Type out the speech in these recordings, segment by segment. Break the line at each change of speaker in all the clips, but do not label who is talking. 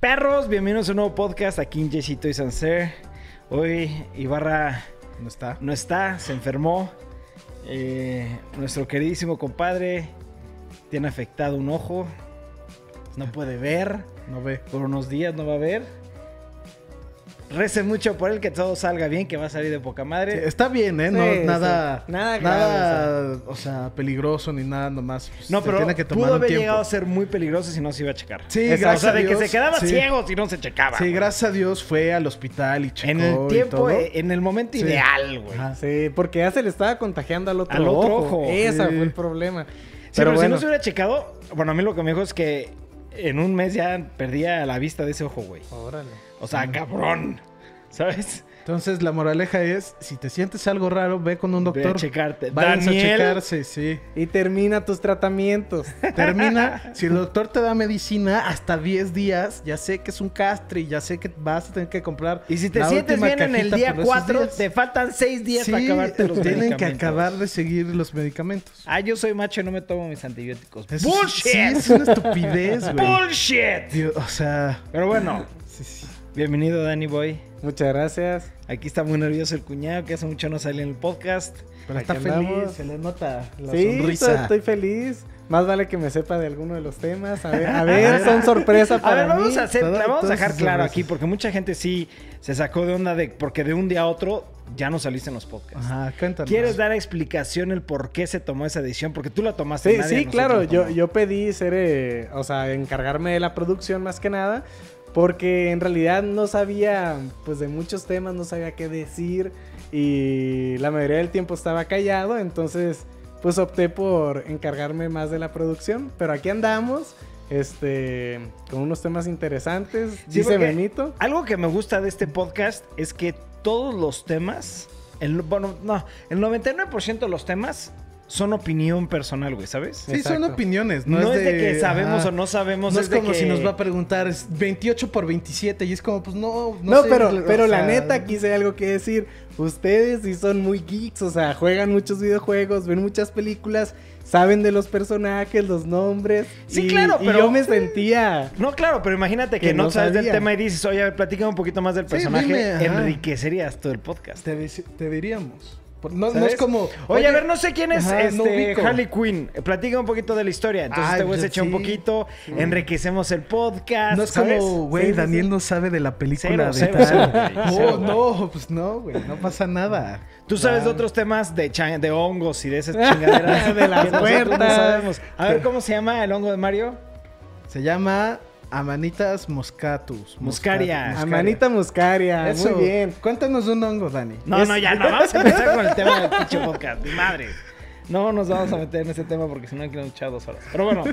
Perros, bienvenidos a un nuevo podcast aquí en Jessito y Sanser. Hoy Ibarra
No está.
no está, se enfermó. Eh, nuestro queridísimo compadre tiene afectado un ojo. No puede ver.
No ve.
Por unos días no va a ver. Recen mucho por él, que todo salga bien, que va a salir de poca
Sí,
madre.
está bien, ¿eh? No,
Sí,
nada,
sí. Nada
nada, o sea, peligroso ni nada nomás. Pues,
no,
se
pero
tiene que tomar
pudo
un
haber
tiempo.
llegado a ser muy peligroso si no se iba a checar.
Sí,
Exacto,
gracias
O sea, de
a Dios,
que se quedaba
sí.
ciego si no se checaba.
Sí,
güey.
gracias a Dios fue al hospital y checó
En el
y
tiempo,
todo.
eh, en el momento
Sí.
ideal, güey.
Ajá.
Sí, porque ya se le estaba contagiando al otro,
Al otro
ojo.
ojo.
Ese
Sí.
fue el problema.
Sí, pero, si
bueno,
no se hubiera checado, bueno, a mí lo que me dijo es que en un mes ya perdía la vista de ese ojo, güey.
Órale.
O sea, cabrón. ¿Sabes?
Entonces, la moraleja es, si te sientes algo raro, ve con un
Ve a
doctor.
checarte.
Váyanse
Daniel.
a checarse, sí.
Y termina tus tratamientos.
Termina, si el doctor te da medicina hasta 10 días, ya sé que es un castre y ya sé que vas a tener que comprar
Y si te
la
sientes
última
bien en el
cajita
día
por esos
4,
días.
te faltan 6 días para
Sí,
acabarte los
tienen que
medicamentos.
acabar de seguir los medicamentos.
Ah, yo soy macho y no me tomo mis antibióticos.
Eso es-
¡Bullshit!
sí, es una estupidez, güey.
¡Bullshit!
Dios, o sea,
Pero bueno,
sí, sí.
bienvenido, Danny Boy.
Muchas gracias.
Aquí está muy nervioso el cuñado, que hace mucho no sale en el podcast.
Pero
Aquí
está feliz,
andamos.
se le nota la
sí,
sonrisa.
estoy feliz. Más vale que me sepa de alguno de los temas. A ver, a ver son sorpresa
A
para
ver, vamos
mí.
a hacer,
todo-
la vamos a
todas
dejar
esas
claro
sorpresas.
aquí, porque mucha gente sí se sacó de onda de, porque de un día a otro ya no saliste en los podcasts.
Ajá, cuéntanos.
¿Quieres dar explicación el por qué se tomó esa decisión? Porque tú la tomaste.
Sí,
nadie de
sí,
nosotros
claro.
la
Yo,
tomó.
yo pedí ser, eh, o sea, encargarme de la producción más que nada, porque en realidad no sabía, pues, de muchos temas, no sabía qué decir y la mayoría del tiempo estaba callado, entonces, pues, opté por encargarme más de la producción. Pero aquí andamos, este, con unos temas interesantes.
Sí,
dice
porque-
Benito.
Algo que me gusta de este podcast es que todos los temas, el, bueno, no, el 99% de los temas son opinión personal, güey, ¿sabes?
Sí, son
Exacto.
opiniones, no,
No, es de, que sabemos
ajá.
o no sabemos.
No
es
es
de
como
que-
si nos va a preguntar es 28 por 27 y es como, pues no,
No,
sé,
pero,
o
pero la
sea,
neta, aquí sí hay algo que decir. Ustedes sí son muy geeks, o sea, juegan muchos videojuegos, ven muchas películas, saben de los personajes, los nombres.
Sí,
y-
claro,
y
pero-
yo me sentía.
No, claro, pero imagínate que,
Que
no,
no
sabes del
sabía.
tema y dices, oye, a ver, platícame un poquito más del
Sí,
personaje.
dime, ajá.
Enriquecerías todo el podcast.
Te, ve- te veríamos. Por- No, no
¿Sabes?
es como.
Oye, a ver, no sé quién es
ajá, no
este,
ubico.
Harley Quinn. Eh, Platica un poquito de la historia. Entonces este
Ah,
te voy a
yo
echar un
sí.
poquito. Enriquecemos el podcast.
No es
¿sabes?
como, güey,
Sí, sí,
Daniel no sabe de la película
Cero,
de
cero,
tal.
cero, güey, cero,
no, no, pues no, güey, no pasa nada.
Tú sabes de otros temas de, chan- de hongos y de esas chingaderas.
De las
que nosotros No
puertas.
sabemos. A ver, ¿cómo se llama el hongo de Mario?
Se llama Amanitas moscatus.
Muscaria.
Moscatus,
Amanita Muscaria,
Eso.
muy bien.
Cuéntanos de un hongo, Dani.
No,
Es-
no, ya, no. Vamos a empezar con el tema del pinche podcast. Mi madre. No nos vamos a meter en ese tema porque si no, quiero echar dos horas. Pero bueno,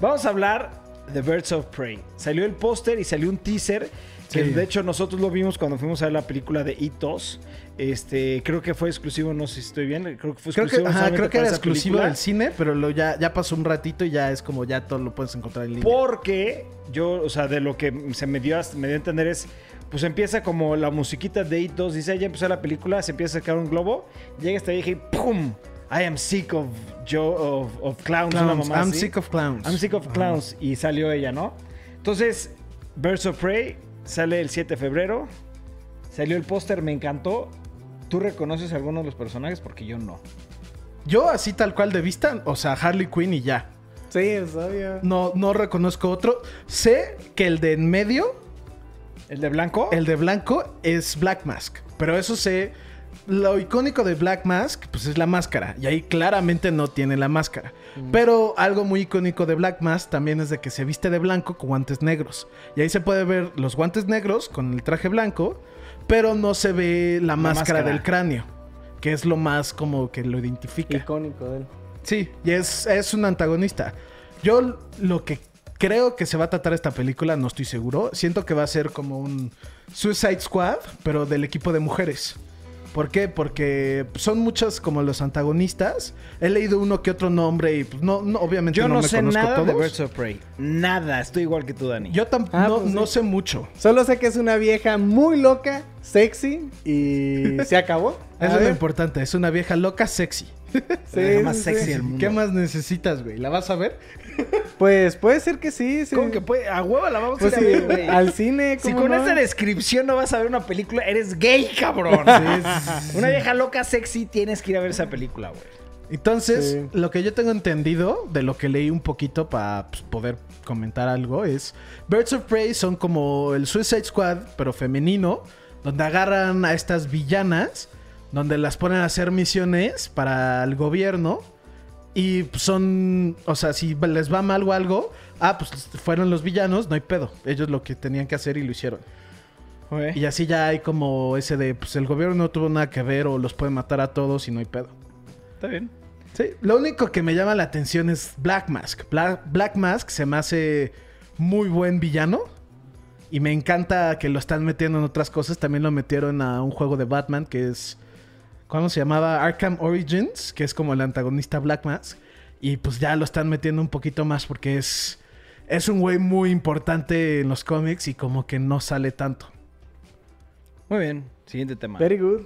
vamos a hablar de Birds of Prey. Salió el póster y salió un teaser. Que
Sí.
de hecho nosotros lo vimos cuando fuimos a ver la película de Itos. Este, creo que fue exclusivo, no sé si estoy bien. Creo que fue
Creo
exclusivo.
que, ajá,
solamente
creo que
para
era
esa
exclusivo
película.
del cine, pero lo ya, ya pasó un ratito y ya es como ya todo lo puedes encontrar en línea.
Porque yo, o sea, de lo que se me dio, a- me dio a entender es, pues empieza como la musiquita de Itos, dice, "Ah, ya empezó la película, se empieza a sacar un globo, llega esta vieja y ¡pum! I am sick of, Joe of, of clowns, una
Clowns,
mamá
I'm
así.
sick of clowns.
I'm sick of clowns. Y salió ella, ¿no? Entonces, Birds of Prey sale el 7 de febrero, salió el póster, me encantó. ¿Tú reconoces a alguno de los personajes? Porque yo no.
Yo así tal cual de vista, o sea, Harley Quinn y ya.
Sí, es obvio.
No, no reconozco otro. Sé que el de en medio,
¿El de blanco?
el de blanco, es Black Mask. Pero eso sé. Lo icónico de Black Mask, pues es la máscara. Y ahí claramente no tiene la máscara.
Mm.
Pero algo muy icónico de Black Mask también es de que se viste de blanco con guantes negros. Y ahí se puede ver los guantes negros con el traje blanco, pero no se ve la, máscara,
máscara.
del cráneo. Que es lo más como que lo identifica.
Icónico
eh.
de él.
Sí, y es, es un antagonista. Yo l- lo que creo que se va a tratar esta película, no estoy seguro. Siento que va a ser como un Suicide Squad, pero del equipo de mujeres. ¿Por qué? Porque son muchas como los antagonistas. He leído uno que otro nombre y pues, no, no, obviamente
yo no,
no, me
sé
conozco
nada de
todos.
Birds of Prey. Nada, estoy igual que tú, Dani.
Yo tampoco
Ah,
no,
pues,
no
sí.
sé mucho.
Solo sé que es una vieja muy loca, sexy y se acabó. A
Eso es lo
ver,
importante. Es una vieja loca sexy.
sí,
la vieja más
sí,
sexy
sí.
del mundo.
¿Qué más necesitas, güey? ¿La vas a ver?
Pues puede ser que sí. sí.
¿Cómo que puede? A huevo la vamos
Pues
a ir a ver,
sí,
güey.
al cine.
Si
¿cómo
con
no?
esa descripción no vas a ver una película, eres gay, cabrón. Una vieja loca sexy, tienes que ir a ver esa película, güey.
Entonces,
Sí.
lo que yo tengo entendido de lo que leí un poquito para pues, poder comentar algo es Birds of Prey son como el Suicide Squad, pero femenino, donde agarran a estas villanas, donde las ponen a hacer misiones para el gobierno. Y pues, son, o sea, si les va mal o algo, ah, pues fueron los villanos, no hay pedo. Ellos lo que tenían que hacer y lo hicieron.
Eh.
Y así ya hay como ese de, pues el gobierno no tuvo nada que ver o los puede matar a todos y no hay pedo.
Está bien.
Sí, lo único que me llama la atención es Black Mask. Bla- Black Mask se me hace muy buen villano. Y me encanta que lo están metiendo en otras cosas. También lo metieron a un juego de Batman que es. ¿Cómo se llamaba? Arkham Origins, que es como el antagonista Black Mask. Y pues ya lo están metiendo un poquito más porque es. Es un güey muy importante en los cómics y como que no sale tanto.
Muy bien. Siguiente tema.
Very good.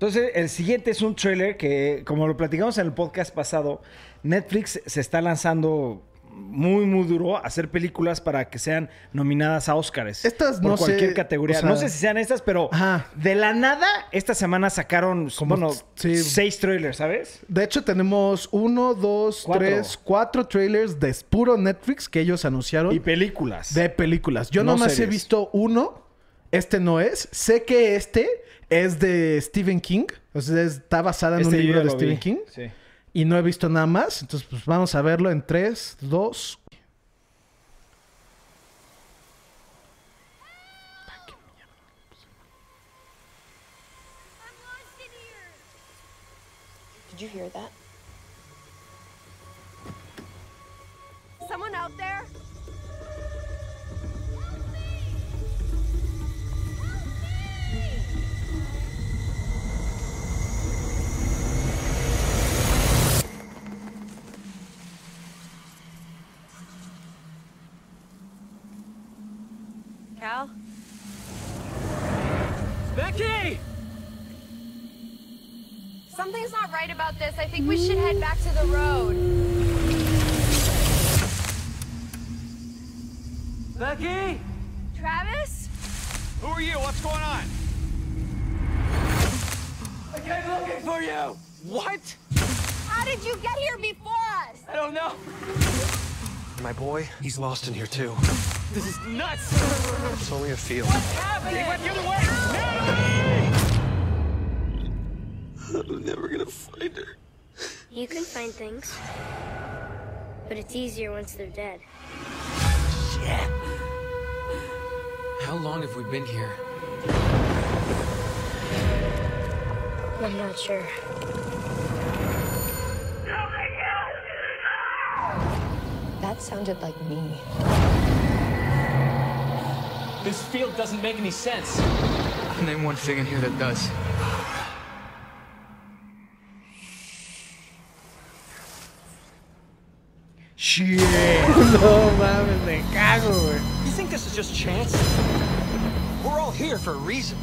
Entonces, el siguiente es un trailer que, como lo platicamos en el podcast pasado, Netflix se está lanzando muy, muy duro a hacer películas para que sean nominadas a Oscars.
Estas
por
no sé,
cualquier categoría.
o sea-
no sé si sean estas, pero
Ajá.
de la nada, esta semana sacaron,
Como
bueno,
sí.
seis trailers, ¿sabes?
De hecho, tenemos uno, dos,
Cuatro.
tres, cuatro trailers de puro Netflix que ellos anunciaron.
Y películas.
De películas. Yo
No
nomás he
series.
visto uno. Este no es. Sé que este es de Stephen King. O sea, está basada en
Este
un
yo ya
libro de
lo
Stephen
vi.
King.
Sí.
Y no he visto nada más. Entonces, pues vamos a verlo en 3, 2.
Did you hear that?
Someone out there? Cal?
Becky!
Something's not right about this. I think we should head back to the road.
Becky!
Travis?
Who are you? What's going on? I came looking for you! What?
How did you get here before us?
I don't know.
My boy, he's lost in here too.
This is nuts!
It's only a field.
Happening! He went the other way!
I'm never gonna find her.
You can find things, but it's easier once they're dead.
How long have we been here?
I'm not sure.
That sounded like me.
This field doesn't make any sense.
Name one thing in here that does.
Shit.
No mames, me cago, güey.
You think this is just chance? We're all here for a reason.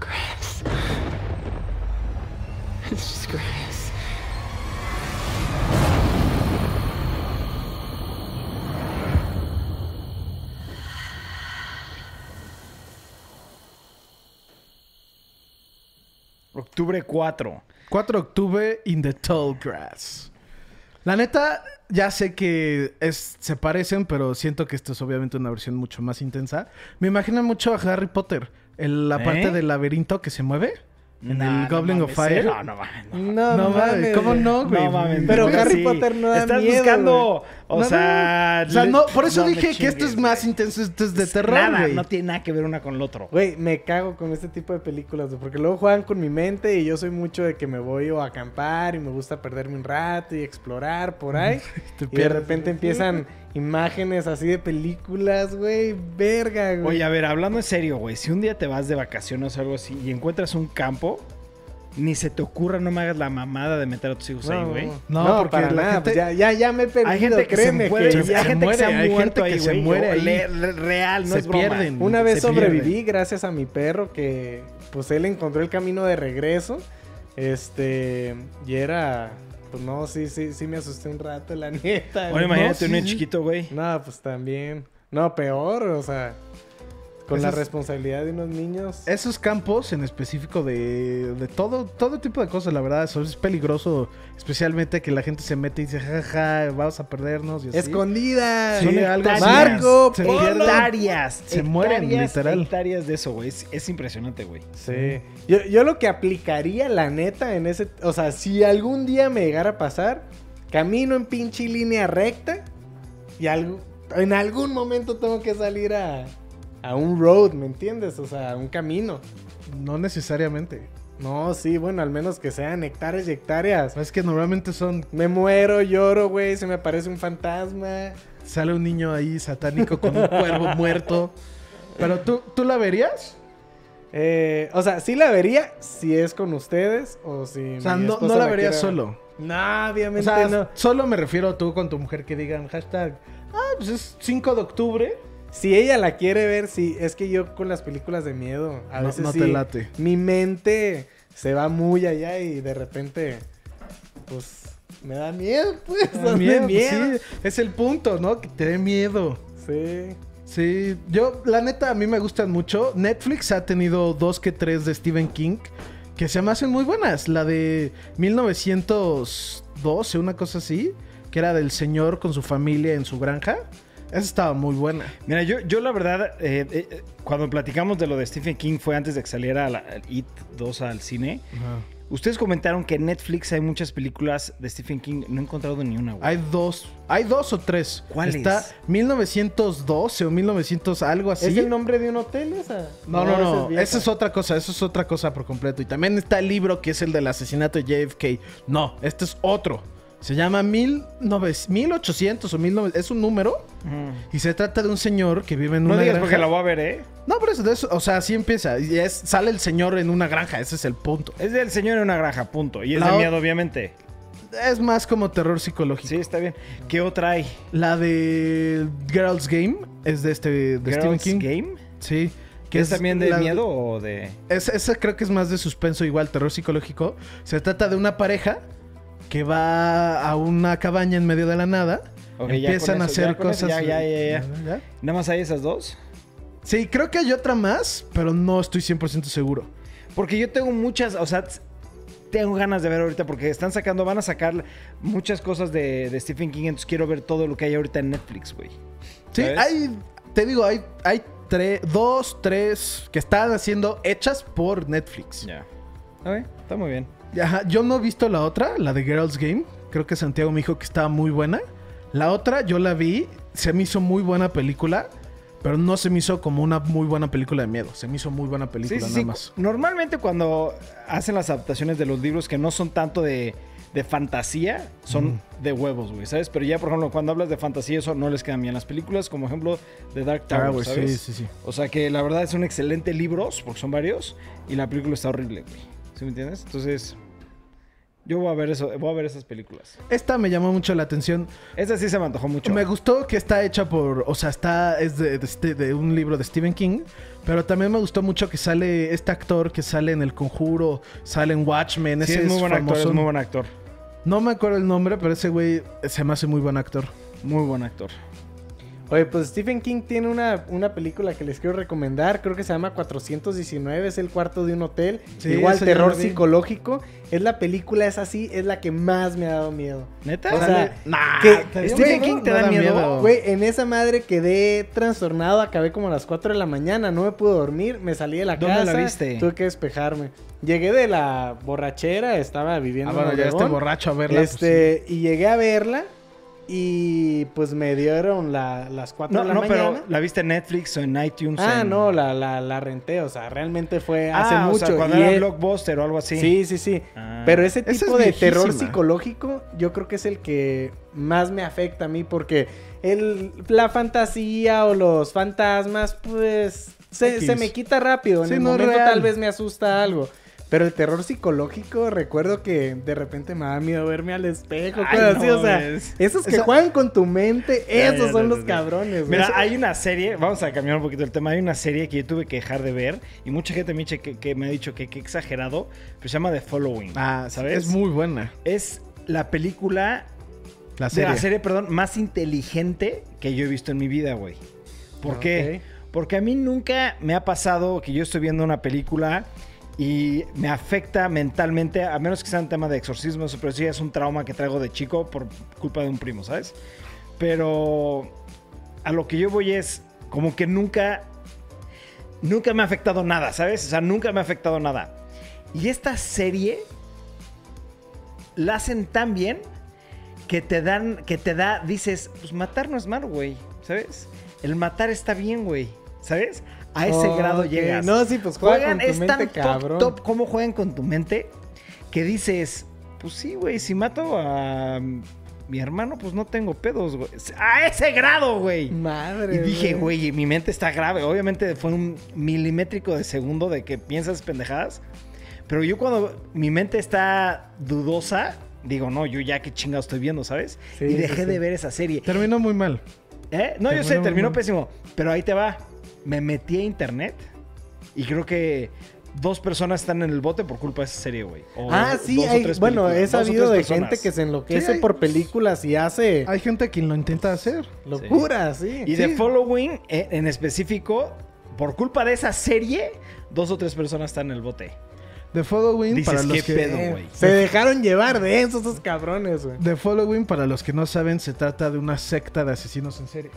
Grass. It's just grass.
Octubre 4.
4 de octubre in the tall grass. La neta, ya sé que es- se parecen, pero siento que esto es obviamente una versión mucho más intensa. Me imagino mucho a Harry Potter, el- la
¿Eh?
parte del laberinto que se mueve en
Nah,
el
no
Goblin
mames,
of Fire.
No, no mames, no.
No,
No mames,
mames.
¿cómo
güey.
no, güey?
No mames.
Pero
güey,
Harry
sí.
Potter no da
Estás
miedo,
buscando, o
No,
sea...
no. O sea,
le-
no, por eso
me
dije que esto
chingues,
es más
güey.
intenso, esto es de
Es
terror,
Nada,
güey.
no tiene nada que ver una con la otra.
Güey, me cago con este tipo de películas, güey, porque luego juegan con mi mente y yo soy mucho de que me voy o a acampar y me gusta perderme un rato y explorar por ahí.
Te
y de
pierdes.
repente empiezan imágenes así de películas, güey, verga, güey.
Oye, a ver, hablando en serio, güey, si un día te vas de vacaciones o algo así y encuentras un campo, ni se te ocurra, no me hagas la mamada de meter a tus hijos pues ahí, güey.
No, porque
para
la
nada,
gente-
pues ya, ya, ya me he perdido,
Hay gente que se
créeme
muere,
que
hay
ya-
gente que se
muere,
ha
hay
muerto
gente
ahí,
que se
güey.
muere
Yo-
ahí.
le- le- Real, no
Se
es broma.
pierden.
Una vez
Se pierde.
sobreviví gracias a mi perro que pues él encontró el camino de regreso. Este, y era pues no, sí, sí, sí me asusté un rato, la neta.
Ahora
No,
imagínate
sí,
un niño
sí.
chiquito, güey.
No, pues también. No, peor, o sea, con la
Esas-
responsabilidad de unos niños.
Esos campos en específico de, de todo, todo tipo de cosas, la verdad, eso es peligroso, especialmente que la gente se mete y dice, jaja, vamos a perdernos. Y así.
Escondidas.
Sí,
Son
algo así.
hectáreas.
Marco,
Se
Polo.
pierden.
Hectáreas.
Se mueren,
hectáreas,
literal.
Hectáreas de eso, güey. Es, es impresionante, güey.
Sí. Yo, yo lo que aplicaría, la neta, en ese. O sea, si algún día me llegara a pasar, camino en pinche línea recta y algo, en algún momento tengo que salir a, a un road, ¿me entiendes? O sea, a un camino.
No necesariamente.
No, sí, bueno, al menos que sean hectáreas y hectáreas.
Es que normalmente son,
Me muero, lloro, güey, se me aparece un fantasma.
sale un niño ahí satánico con un cuervo muerto. Pero tú, ¿tú la verías?
Eh, o sea, sí la vería si es con ustedes o si.
O sea,
mi
no,
esposa
no la verías
quiere-
solo.
No,
O
obviamente
sea,
no.
solo me refiero a tú con tu mujer que digan hashtag, ah, pues es 5 de octubre.
Si ella la quiere ver, sí. Es que yo con las películas de miedo, a
No-
veces
no
sí,
te late.
mi mente se va muy allá y de repente, pues, me da miedo, pues. me da
También,
miedo.
sí, es el punto, ¿no? Que te dé miedo.
Sí.
Sí, yo, la neta, a mí me gustan mucho. Netflix ha tenido dos que tres de Stephen King que se me hacen muy buenas. La de 1912, una cosa así, que era del señor con su familia en su granja. Esa estaba muy buena.
Mira, yo, yo la verdad, eh, eh, eh, cuando platicamos de lo de Stephen King fue antes de que saliera la, el It 2 al cine. Ustedes comentaron que en Netflix hay muchas películas de Stephen King. No he encontrado ni una, güey.
Hay dos, hay dos o tres.
¿Cuáles?
Está 1912 o 1900 algo así.
¿Es el nombre de un hotel esa?
No, no,
esa
no.
vieja.
Esa es otra cosa. Eso es otra cosa por completo. Y también está el libro que es el del asesinato de JFK. No, este es otro. Se llama 1900 1800 o 1900. Es un número. Y se trata de un señor que vive en
No
una
digas
granja.
porque la voy a ver, ¿eh?
No, pero eso, de eso- o sea, así empieza. Y es, sale el señor en una granja. Ese es el punto.
Es del señor en una granja, punto. Y es
La
de
o-
miedo, obviamente.
Es más como terror psicológico.
Sí, está bien. ¿Qué otra hay?
La de Girls Game es de este de Stephen
Girls
King.
Game?
Sí.
¿Que es también de
la-
miedo o de...?
Es- esa creo que es más de suspenso, igual, terror psicológico. Se trata de una pareja que va a una cabaña en medio de la nada.
Ok, ya
empiezan
con
a
eso,
hacer
ya con eso,
cosas.
ya, ya, ya, ya.
¿Ya?
¿Nada más hay esas dos?
Sí, creo que hay otra más, pero no estoy 100% seguro.
Porque yo tengo muchas, o sea, t- tengo ganas de ver ahorita porque están sacando, van a sacar muchas cosas de, de Stephen King, entonces quiero ver todo lo que hay ahorita en Netflix, güey.
Sí,
¿Sabes?
hay. Te digo, hay, hay tre- dos, tres que están haciendo hechas por Netflix.
Ya. Ok, está muy bien.
Ajá, yo no he visto la otra, la de Girls Game. Creo que Santiago me dijo que estaba muy buena. La otra yo la vi, se me hizo muy buena película, pero no se me hizo como una muy buena película de miedo. Se me hizo muy buena película
Sí, sí,
nada
sí.
más.
Normalmente cuando hacen las adaptaciones de los libros que no son tanto de, de fantasía, son de huevos, güey, ¿sabes? Pero ya, por ejemplo, cuando hablas de fantasía, eso no les quedan bien las películas, como ejemplo de Dark Tower,
Tower, sí,
¿sabes?
Ah, sí, sí.
O sea que la verdad es un excelente libro, porque son varios, y la película está horrible, güey. ¿Sí me entiendes? Entonces, yo voy a ver eso, voy a ver esas películas.
Esta me llamó mucho la atención.
Esta sí se me antojó mucho.
Me gustó que está hecha por, o sea, está es de, de este- de un libro de Stephen King, pero también me gustó mucho que sale este actor que sale en El Conjuro, sale en Watchmen,
Sí,
ese
es muy buen actor, es
famosón.
muy buen actor.
No me acuerdo el nombre, pero ese güey se me hace muy buen actor.
Muy buen actor.
Oye, pues Stephen King tiene una, una película que les quiero recomendar, creo que se llama 419, es el cuarto de un hotel,
Sí,
igual
esa ya
terror
la vi.
psicológico, es la película, es así, es la que más me ha dado miedo.
¿Neta?
O sea,
Nah,
que
¿te dio
Stephen
miedo?
King te
No
da,
da
miedo.
miedo.
Güey, en esa madre quedé trastornado, acabé como a las 4 de la mañana, no me pude dormir, me salí de la
¿Dónde la
casa.
viste?
Tuve que despejarme. Llegué de la borrachera, estaba viviendo
Ah,
en
bueno, ya este
Obregón.
borracho a verla. pues, sí.
Este, y llegué a verla y pues me dieron la- las 4
no,
de la
no,
mañana.
pero ¿la viste en Netflix o en iTunes?
Ah,
en-
no, la, la, la renté, o sea, realmente fue
Ah,
hace
o
mucho.
sea, cuando
y
era
es-
blockbuster o algo así.
sí, sí, sí.
Ah.
Pero ese
Esa
tipo
es
de terror
viejísima. ¿eh?
psicológico, yo creo que es el que más me afecta a mí, porque el, la fantasía o los fantasmas, pues se,
X.
se me quita rápido. En
Sí,
el
no es
momento
real.
tal vez me asusta algo. Pero el terror psicológico, recuerdo que de repente me da miedo verme al espejo,
Ay,
cosas
no
así, o sea,
mames.
esos que
Esa-
juegan con tu mente,
Ya,
esos
ya,
son
ya,
los
ya.
cabrones, güey.
Mira,
Eso-
hay una serie, vamos a cambiar un poquito el tema. Hay una serie que yo tuve que dejar de ver y mucha gente me, dice que, que me ha dicho que, que exagerado, pero se llama The Following.
Ah,
¿sabes?
Es muy buena.
Es la película,
La
de
serie.
la serie, perdón, más inteligente que yo he visto en mi vida, güey. ¿Por
Ah,
qué? Porque a mí nunca me ha pasado que yo estoy viendo una película y me afecta mentalmente, a menos que sea un tema de exorcismo, eso, pero sí es un trauma que traigo de chico por culpa de un primo, ¿sabes? Pero a lo que yo voy es como que nunca, nunca me ha afectado nada, ¿sabes? O sea, nunca me ha afectado nada. Y esta serie la hacen tan bien que te dan, que te da, dices, pues matar no es malo, güey, ¿sabes? El matar está bien, güey, ¿sabes? A ese
Ok,
grado llegas.
no, sí, pues juega con tu
es
mente,
tan top,
cabrón.
top cómo juegan con tu mente que dices, pues sí, güey, si mato a mi hermano, pues no tengo pedos, güey. A ese grado, güey.
Madre.
Y dije, güey, mi mente está grave. Obviamente fue un milimétrico de segundo de que piensas pendejadas. Pero yo cuando mi mente está dudosa, digo, no, yo ya qué chingado estoy viendo, ¿sabes?
Sí,
y
sí,
dejé
sí.
de ver esa serie.
Terminó muy mal.
¿Eh? No, yo
Terminó
sé,
muy
terminó
mal.
pésimo. Pero ahí te va. Me metí a internet y creo que dos personas están en el bote por culpa de esa serie, güey. O
Ah,
dos
sí,
o
hay-
tres
bueno, he
películas, dos o
sabido de
tres
gente
personas.
que se enloquece
Sí, hay-
por películas y hace
Hay gente a quien lo intenta hacer.
locuras, sí.
Y de Following, eh, en específico, por culpa de esa serie, dos o tres personas están en el bote.
The Following,
Dices,
para los
¿qué
que...
pedo, güey?
eh, Se dejaron llevar de esos, esos cabrones, güey.
The Following, para los que no saben, se trata de una secta de asesinos en serie.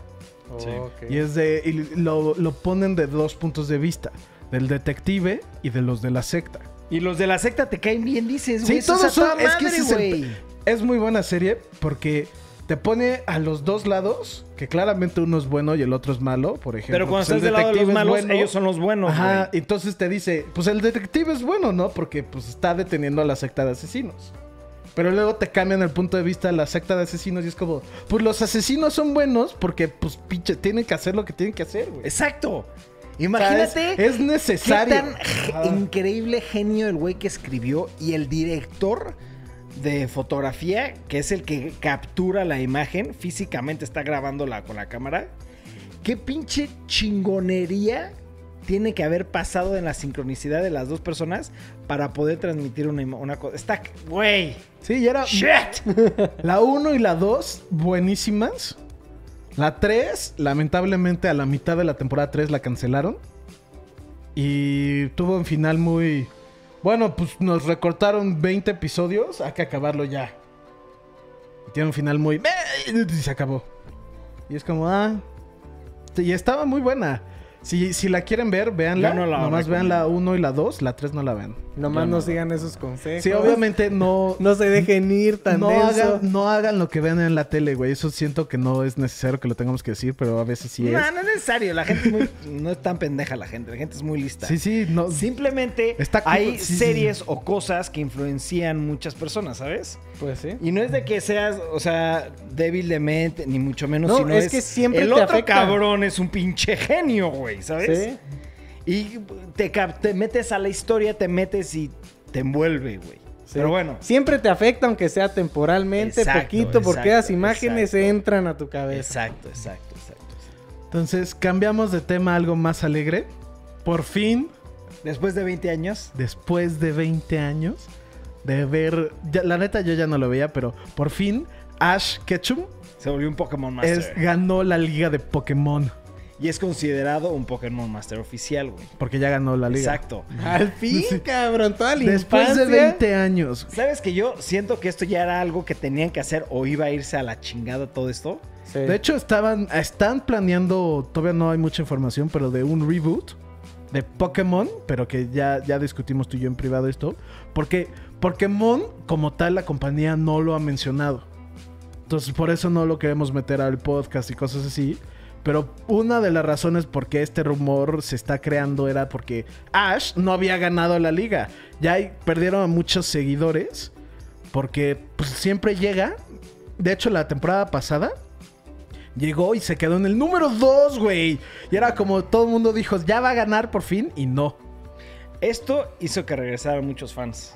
Ok.
Y es de. y lo, lo ponen de dos puntos de vista: del detective y de los de la secta.
Y los de la secta te caen bien, dices,
Sí,
güey. eso
todos
es a toda
son- es que
madre,
ese es el
güey.
Es muy buena serie porque te pone a los dos lados, que claramente uno es bueno y el otro es malo, por ejemplo.
Pero cuando
Pues el
estás del lado de los
detective es
malos,
bueno.
ellos son los buenos,
Ajá,
güey.
entonces te dice, pues el detective es bueno, ¿no? Porque pues está deteniendo a la secta de asesinos. Pero luego te cambian el punto de vista de la secta de asesinos y es como, pues los asesinos son buenos porque pues pinche, tienen que hacer lo que tienen que hacer, güey.
Exacto.
O sea, es-
Imagínate
Es,
qué
necesario.
tan ge-
Ajá.
increíble genio el güey que escribió y el director de fotografía, que es el que captura la imagen, físicamente está grabándola con la cámara. ¿Qué pinche chingonería tiene que haber pasado en la sincronicidad de las dos personas para poder transmitir una, ima- una cosa? Está, güey.
Sí, y era
Shit.
la 1 y la 2 buenísimas. La 3, lamentablemente a la mitad de la temporada 3 la cancelaron. Y tuvo un final muy... Bueno, pues nos recortaron 20 episodios, hay que acabarlo ya. Y tiene un final muy... Y se acabó. Y es como, ah... Y estaba muy buena. Si, si la quieren ver, véanla.
Yo no la
Nomás
recomiendo.
vean la 1 y la 2, la 3 no la vean.
Nomás no, sigan esos consejos.
Sí, obviamente no...
No se dejen ir tan
no
denso.
hagan, no hagan lo que vean en la tele, güey. Eso siento que no es necesario que lo tengamos que decir, pero a veces sí es.
No, no es necesario. La gente es muy- no es tan pendeja la gente. La gente es muy lista.
Sí, sí, no.
Simplemente
Está cu-
hay
sí, sí,
series o cosas que influencian muchas personas, ¿sabes?
Pues sí.
Y no es de que seas, o sea, débil de mente, ni mucho menos.
No,
sino
es que siempre
El
te
otro
afecta.
cabrón es un pinche genio, güey, ¿sabes?
Sí.
Y te, cap- te metes a la historia, te metes y te envuelve, güey.
Sí.
Pero bueno.
Siempre te afecta, aunque sea temporalmente,
Exacto,
poquito, porque
exacto,
las imágenes
exacto.
entran a tu cabeza.
Exacto, exacto, exacto.
Entonces, cambiamos de tema a algo más alegre. Por fin,
Después de 20 años,
después de 20 años de ver. ya- la neta, yo ya no lo veía, pero por fin, Ash Ketchum
se volvió un Pokémon Master.
es, ganó la liga de Pokémon.
Y es considerado un Pokémon Master oficial, güey.
Porque ya ganó la liga.
Exacto.
Al fin,
Sí.
cabrón, toda la
Después de
infancia.
20 años.
¿Sabes que yo siento que esto ya era algo que tenían que hacer o iba a irse a la chingada todo esto?
Sí.
De hecho, estaban, están planeando, todavía no hay mucha información, pero de un reboot de Pokémon, pero que ya, ya discutimos tú y yo en privado esto, porque Pokémon como tal la compañía no lo ha mencionado. Entonces por eso no lo queremos meter al podcast y cosas así. Pero una de las razones por qué este rumor se está creando era porque Ash no había ganado la liga. Ya hay- perdieron a muchos seguidores porque pues, siempre llega. De hecho, la temporada pasada, Llegó y se quedó en el número 2, güey. Y era como todo el mundo dijo, ya va a ganar por fin. Y no.
Esto hizo que regresaran muchos fans.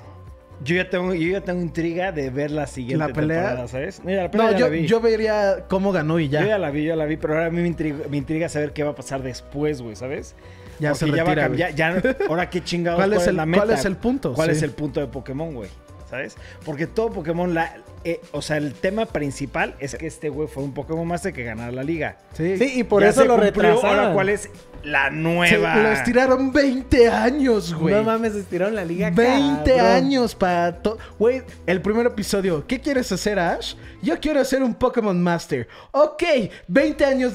Yo ya tengo, yo ya tengo intriga de ver la siguiente
¿La pelea?
temporada, ¿sabes? Mira, la pelea
No,
ya
yo,
la vi.
yo vería cómo ganó y ya.
Yo ya la vi, yo ya la vi, pero ahora a mí me intriga, me intriga saber qué va a pasar después, güey, ¿sabes?
Ya
Porque
se
ya va a
retira,
cambiar, ya, ahora qué chingados,
¿Cuál es el-
la meta?
cuál es el punto?
¿Cuál
Sí.
es el punto de Pokémon, güey? ¿Sabes? Porque todo Pokémon, la, eh, o sea, el tema principal es que este güey fue un Pokémon Master que ganara la liga.
Sí.
Sí, y por
Ya
eso
se
lo
cumplió, Ahora,
retrasaron.
¿cuál es la
Se-
nueva?
lo estiraron 20 años, güey.
No mames, estiraron la liga.
20
cabrón.
años para todo. Güey, el primer episodio. ¿Qué quieres hacer, Ash? Yo quiero hacer un Pokémon Master. Ok, 20 años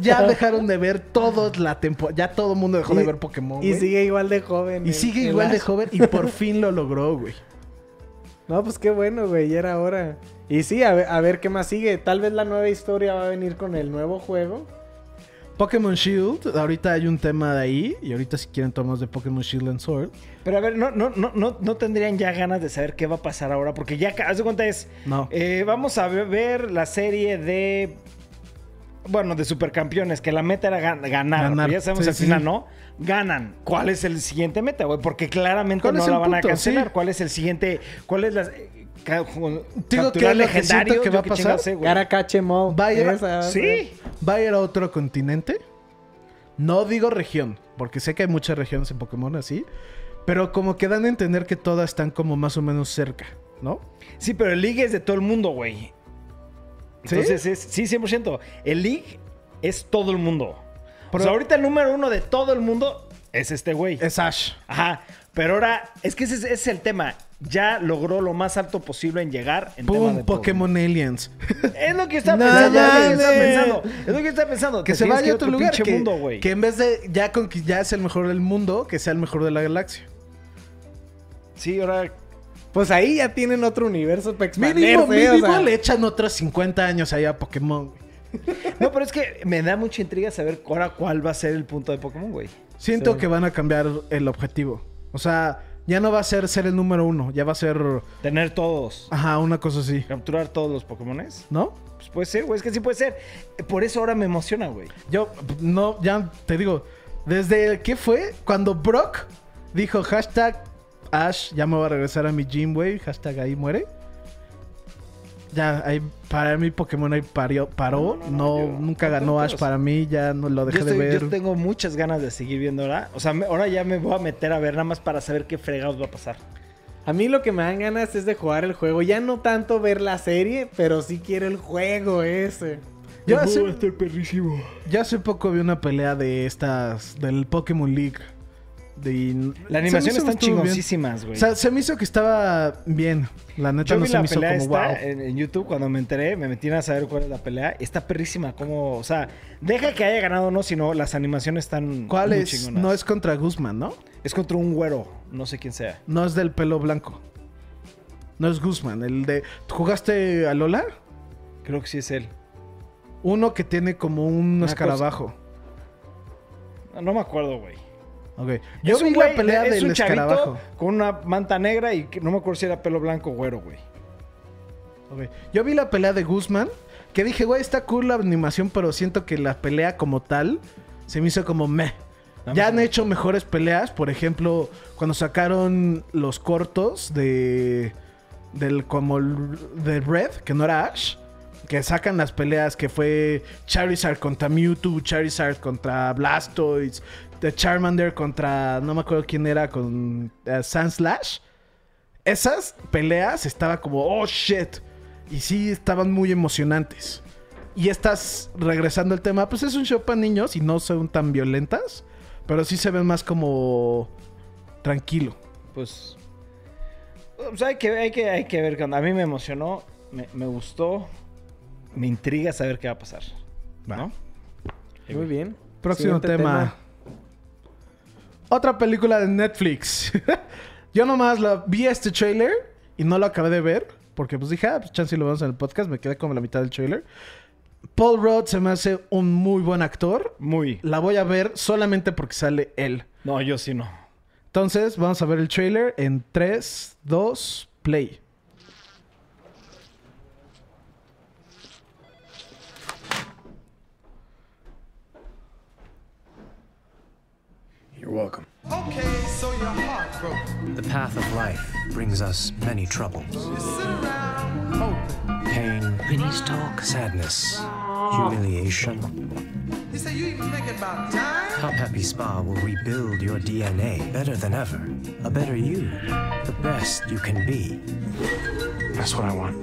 ya dejaron de ver todos la temporada. Ya todo el mundo dejó de ver Pokémon.
Y
güey.
sigue igual de joven.
Y
el-
sigue
el
igual de
Ash.
joven y por fin lo logró, güey.
No, pues qué bueno, güey, ya era hora. Y sí, a ver, a ver qué más sigue. Tal vez la nueva historia va a venir con el nuevo juego.
Pokémon Shield, ahorita hay un tema de ahí. Y ahorita, si quieren, tomamos de Pokémon Shield and Sword.
Pero a ver, no, no, no, no, no tendrían ya ganas de saber qué va a pasar ahora, porque ya, ca- haz de cuenta es,
No.
eh, vamos a ve- ver la serie de, bueno, de supercampeones, que la meta era gan- ganar,
Ganar,
pero ya sabemos
sí,
al
sí,
final,
sí.
¿no? Ganan. ¿Cuál es el siguiente meta, güey? Porque claramente
¿Cuál
no
es el
la van
punto?
a cancelar.
Sí.
¿Cuál es el siguiente? ¿Cuál es la... eh, ca- ju-
que es lo que
capturar legendario
siento que va
Yo
a
qué
pasar.
chingados sé, güey.
Garakache Mo.
Va a ir-
esa,
Sí.
¿Va a ir a otro continente? No digo región, porque sé que hay muchas regiones en Pokémon así. Pero como que dan a entender que todas están como más o menos cerca, ¿no?
Sí, pero el League es de todo el mundo, güey.
¿Sí?
Entonces es, sí, 100%. El League es todo el mundo. o
Pero-
sea, ahorita el número uno de todo el mundo es este güey.
Es Ash.
Ajá. Pero ahora, es que ese es, ese es el tema. Ya logró lo más alto posible en llegar en tema de
¡Pum! Pokémon Aliens.
Es lo que yo estaba
No
pensando. es lo que yo estaba
mames.
pensando. Es lo que yo estaba pensando.
que
Te
se
tienes
vaya a
ir
otro lugar.
pinche
Que,
mundo, güey.
que en vez de ya, conqui- ya es el mejor del mundo, que sea el mejor de la galaxia.
Sí, ahora.
Pues ahí ya tienen otro universo para expandirse.
Mínimo,
eh, o
mínimo
sea.
le echan otros 50 años ahí a Pokémon. güey.
No, pero es que me da mucha intriga saber ahora cuál va a ser el punto de Pokémon, güey.
Siento
Sí.
que van a cambiar el objetivo. O sea, ya no va a ser ser el número uno, ya va a ser,
Tener todos.
ajá, una cosa así,
Capturar todos los Pokémones.
¿no?
Pues puede ser, güey. Es que sí puede ser. Por eso ahora me emociona, güey.
Yo, no, ya te digo, desde el que fue cuando Brock dijo hashtag Ash, ya me voy a regresar a mi gym, güey, hashtag ahí muere. Ya, ahí, para mí Pokémon ahí parió- paró, no,
No, no, no, yo-
nunca
no,
ganó
no,
Ash
no,
para mí, ya no lo dejé
Yo, estoy-
de ver.
yo tengo muchas ganas de seguir viendo ahora. O sea, me- ahora ya me voy a meter a ver nada más para saber qué fregados va a pasar.
A mí lo que me dan ganas es de jugar el juego. Ya no tanto ver la serie, pero sí quiero el juego ese.
Yo hace-
perrísimo.
Yo hace poco vi una pelea de estas, del Pokémon League. De,
La
se
animación
me hizo
están
que estuvo bien.
chingosísimas,
O
güey.
sea, se me hizo que estaba bien. La neta
yo
no
vi
se
la
me hizo como
pelea esta eh,
wow.
en, en YouTube cuando me enteré, me metí a saber cuál es la pelea. Está perrísima, como, o sea, deja que haya ganado o no, sino las animaciones están
¿Cuál
muy
es?
chingonas.
No es contra Guzmán, ¿no?
Es contra un güero, no sé quién sea.
No es del pelo blanco. No es Guzmán, el de. ¿Tú ¿Jugaste a Lola?
Creo que sí es él.
Uno que tiene como un
Una
escarabajo.
No, no me acuerdo, güey.
Ok. Yo
Es
vi
un
la
güey,
pelea
es
del
un chavito
escarabajo.
Con una manta negra y que- no me acuerdo si era pelo blanco o güero, güey.
Ok. Yo vi la pelea de Guzmán, que dije, güey, está cool la animación, pero siento que la pelea como tal se me hizo como meh.
Dame
Ya
un
han
momento.
hecho mejores peleas, por ejemplo, cuando sacaron los cortos de del como el- de Red, que no era Ash, que sacan las peleas que fue Charizard contra Mewtwo, Charizard contra Blastoise, The Charmander contra no me acuerdo quién era con eh, Sandslash. Esas peleas estaba como, oh shit. Y sí, estaban muy emocionantes. Y estas, regresando al tema, pues es un show para niños y no son tan violentas. Pero sí se ven más como tranquilo.
Pues. pues, hay, que, hay, que, hay que ver. qué onda. A mí me emocionó, me, me gustó, me intriga saber qué va a pasar.
¿no?
Muy bien.
Próximo
Siguiente
tema. Otra película de Netflix. Yo nomás la, vi este trailer y no lo acabé de ver. Porque pues dije, ah, pues chance y lo vemos en el podcast. Me quedé como a la mitad del trailer. Paul Rudd se me hace un muy buen actor.
Muy.
La voy a ver solamente porque sale él.
No, yo sí no.
Entonces, vamos a ver el trailer en 3, 2, play.
Okay,
so your heart broke.
The path of life brings us many troubles
You sit around hoping.
pain,
Winnie's
talk, sadness, humiliation.
You say you even thinking about time?
Top Happy Spa will rebuild your DNA better than ever. A better you, the best you can be. That's what I want.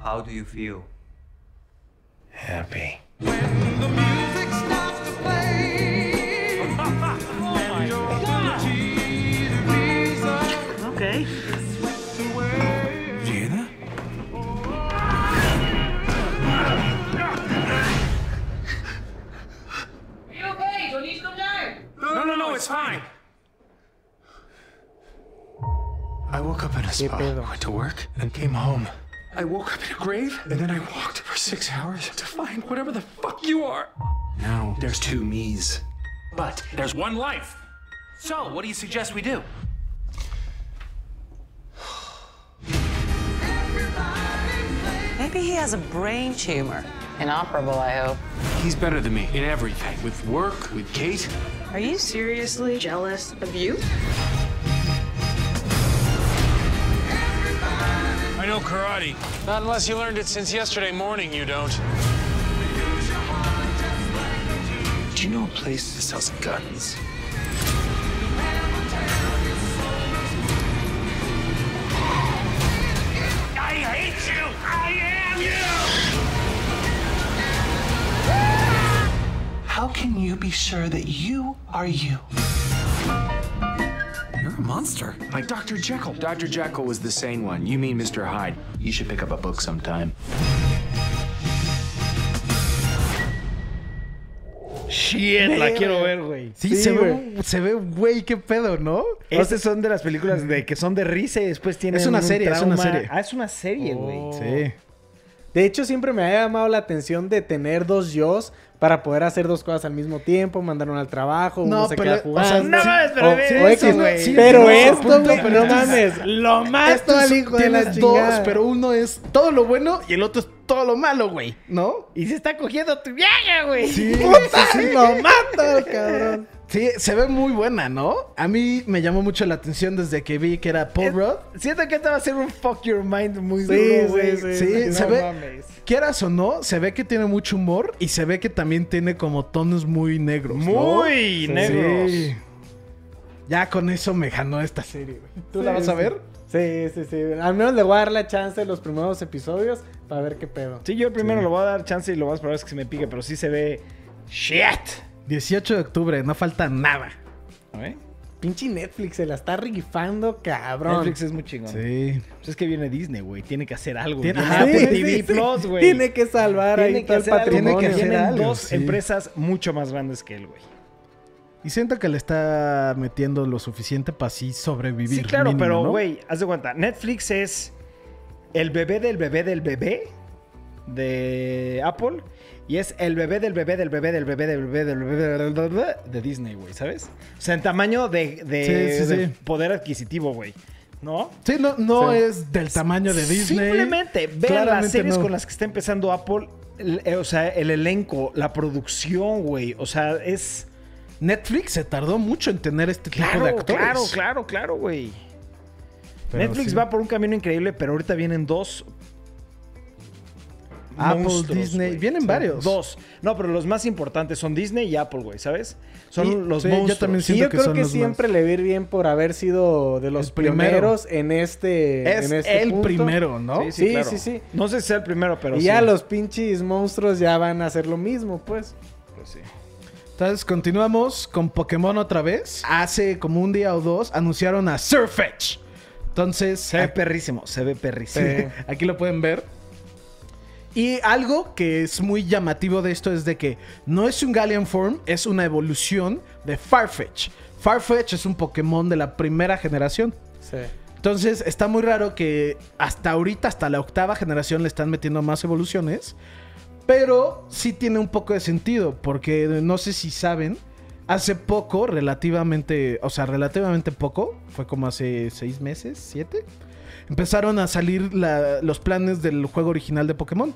How do you feel?
Happy.
Okay.
Did you hear that?
you okay? Don't need to come down.
No, no, no, it's fine.
I woke up in a spa, went to work, and came home.
I woke up in a grave, and then I walked for six hours to find whatever the fuck you are.
Now there's two me's.
But there's one life. So, what do you suggest we do?
Maybe he has a brain tumor. Inoperable, I hope.
He's better than me in everything with work, with Kate.
Are you seriously jealous of you?
I know karate. Not unless you learned it since yesterday morning, you don't.
Do you know a place that sells guns?
I hate you! I am you!
How can you be sure that you are you? You're a monster.
Like Dr. Jekyll. Dr. Jekyll was the sane one. You mean Mr. Hyde. You should pick up a book sometime.
Shit, la
Verga.
quiero ver, güey.
Sí, se, ve, se ve, güey, qué pedo, ¿no?
Estas son de las películas de que son de risa y después tienen
Es una
un
serie, es una
trauma.
serie.
Ah, es una serie, güey.
Sí.
De hecho, siempre me ha llamado la atención de tener dos yos para poder hacer dos cosas al mismo tiempo, mandar uno al trabajo,
No,
uno se
pero-
queda jugando.
o sea, no
sí,
mames, pero
o-
Oh,
ve eso,
o X,
güey. Sí,
Pero
entiendo tu
esto,
punto,
güey,
pero
no
entonces-
mames, lo mato
Esto
al
es-
hijo de la
Ah, tienes dos,
chingada.
pero uno es todo lo bueno y el otro es todo lo malo, güey, ¿no?
Y se está cogiendo a tu vieja, güey.
Sí,
Puta.
sí, sí.
Lo mato, cabrón.
Sí, se ve muy buena, ¿no? A mí me llamó mucho la atención desde que vi que era Paul Rudd.
Siento que esta va a ser un fuck your mind muy
Sí,
duro, güey.
sí, sí. Sí, se
No
ve-
mames.
Quieras o no, se ve que tiene mucho humor y se ve que también tiene como tonos muy negros. ¿no?
Muy
Sí.
negros.
Sí. Ya con eso me ganó esta serie, güey. ¿Tú la
Sí,
vas a
sí.
ver?
Sí, sí, sí. Al menos le voy a dar la chance de los primeros episodios para ver qué pedo.
Sí, yo primero lo voy a dar chance y lo más probable es que se me pique, pero sí se ve. ¡Shit!
18 de octubre, no falta nada.
Pinche Netflix se la está rifando, cabrón.
Netflix es muy chingón.
Sí.
Pues es que viene Disney, güey. Tiene que hacer algo.
Tiene-
Tiene
Ah,
Ajá,
Apple
sí,
TV
sí, sí.
Plus, güey.
Tiene que salvar ahí todo el patrimonio.
Tiene que hacer
Tienen
algo.
dos
dos
empresas
empresas mucho más grandes que él, güey.
Y siento que le está metiendo lo suficiente para así sobrevivir.
Sí, claro,
mínimo,
pero,
¿no?
güey, haz de cuenta. Netflix es el bebé del bebé del bebé de Apple y es el bebé del bebé del bebé del bebé del bebé del bebé del bebé de Disney, güey, ¿sabes? O sea, en tamaño de, de-
Sí, sí,
de
sí.
poder adquisitivo, güey. ¿No?
Sí, no, no
Sí.
es del tamaño de Disney.
Simplemente vean
Claramente
las series
no.
con las que está empezando Apple. el- eh, o sea, el elenco, la producción, güey. O sea, es.
Netflix se tardó mucho en tener este tipo de
Claro,
actores.
claro, claro, claro, güey.
Pero
Netflix
sí.
va por un camino increíble, pero ahorita vienen dos.
Apple,
monstruos,
Disney,
güey.
vienen
Sí,
varios.
Dos. No, pero los más importantes son Disney y Apple, güey, ¿sabes? Son
Y-
los
sí, yo
monstruos.
también
Y
siento
yo
que
creo
son
que
los
siempre le va a ir bien por haber sido de los
El primero.
primeros en este.
Es
en este
el
punto.
primero, ¿no?
Sí, sí, sí. sí.
No sé si sea el primero, pero
y
sí.
ya los pinches monstruos ya van a hacer lo mismo, pues.
Pues sí.
Entonces continuamos con Pokémon otra vez. Hace como un día o dos anunciaron a Surfetch. Entonces,
Se ve perrísimo, se ve perrísimo.
Sí, Aquí lo pueden ver. Y algo que es muy llamativo de esto es de que no es un Galleon Form, es una evolución de Farfetch. Farfetch es un Pokémon de la primera generación.
Sí.
Entonces está muy raro que hasta ahorita, hasta la octava generación, le están metiendo más evoluciones. Pero sí tiene un poco de sentido, porque no sé si saben, hace poco, relativamente, o sea, relativamente poco, fue como hace seis meses, siete, empezaron a salir la- los planes del juego original de Pokémon.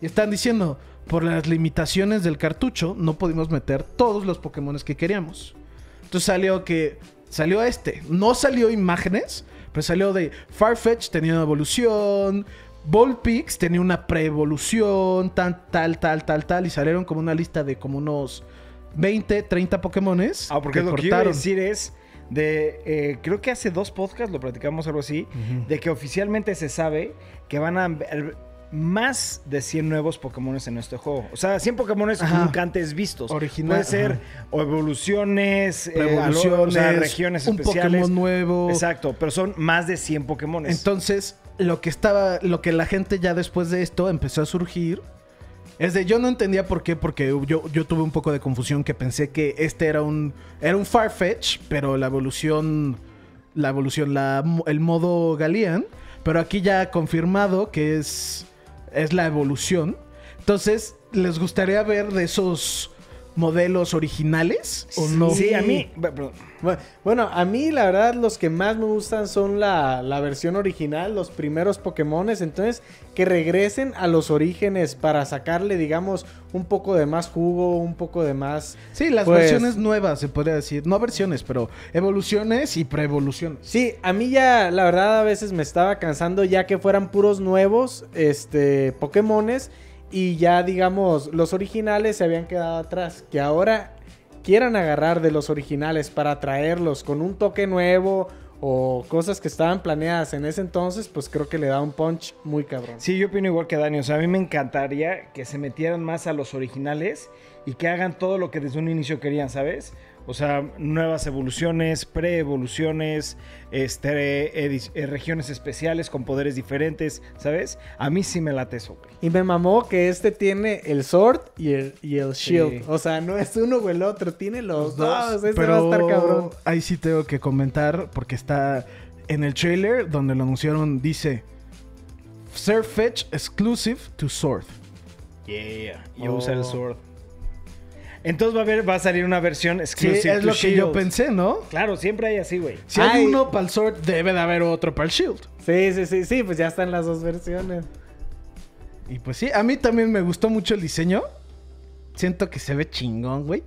Y están diciendo, por las limitaciones del cartucho, no pudimos meter todos los Pokémon que queríamos. Entonces salió que. Salió este. No salió imágenes, pero salió de Farfetch tenía una evolución. Volpix tenía una pre-evolución. Tal, tal, tal, tal, tal. Y salieron como una lista de como unos 20, 30 Pokémones.
Ah, porque lo que iba a decir es de eh, creo que hace dos podcasts lo platicamos algo así
Ujú.
de que oficialmente se sabe que van a haber más de 100 nuevos Pokémones en este juego. O sea, 100 Pokémones
Ajá.
nunca antes vistos.
Original-
Puede ser
ajá.
o evoluciones, eh,
Evoluciones,
o sea, regiones
un
especiales.
Pokémon nuevo.
Exacto, pero son más de 100 Pokémones.
Entonces, lo que estaba, lo que la gente ya después de esto empezó a surgir. Es de, yo no entendía por qué, porque yo, yo tuve un poco de confusión que pensé que este era un, era un Farfetch, pero la evolución, la evolución, la, el modo Galean, pero aquí ya confirmado que es, es la evolución. Entonces, ¿les gustaría ver de esos modelos originales o no?
Sí, a mí- Bu- Bueno, a mí la verdad los que más me gustan son la, la versión original, los primeros Pokémones, entonces que regresen a los orígenes para sacarle, digamos, un poco de más jugo, un poco de más...
Sí, las
pues,
versiones nuevas, se podría decir. No versiones, pero evoluciones y preevoluciones.
Sí, a mí ya la verdad a veces me estaba cansando ya que fueran puros nuevos este Pokémones y ya digamos los originales se habían quedado atrás, que ahora quieran agarrar de los originales para traerlos con un toque nuevo o cosas que estaban planeadas en ese entonces, pues creo que le da un punch muy cabrón.
Sí, yo opino igual que Dani. O sea, a mí me encantaría que se metieran más a los originales y que hagan todo lo que desde un inicio querían, ¿sabes? O sea, nuevas evoluciones, pre-evoluciones, este, edi- eh, regiones especiales con poderes diferentes, ¿sabes? A mí sí me late eso, güey.
Y me mamó que este tiene el Sword y el, y el Shield.
Sí.
O sea, no es uno o el otro, tiene los, dos. Ese
pero
va a estar cabrón.
ahí sí tengo que comentar porque está en el trailer donde lo anunciaron, dice Surfetch exclusive to Sword.
Yeah. Yo
Oh.
uso el Sword. Entonces va a, haber, va a salir una versión exclusiva.
es lo que yo pensé, ¿no?
Claro, siempre hay así, güey.
Si hay uno para el Sword, debe de haber otro para el Shield.
Sí, sí, sí, sí, pues ya están las dos versiones.
Y pues sí, a mí también me gustó mucho el diseño. Siento que se ve chingón, güey.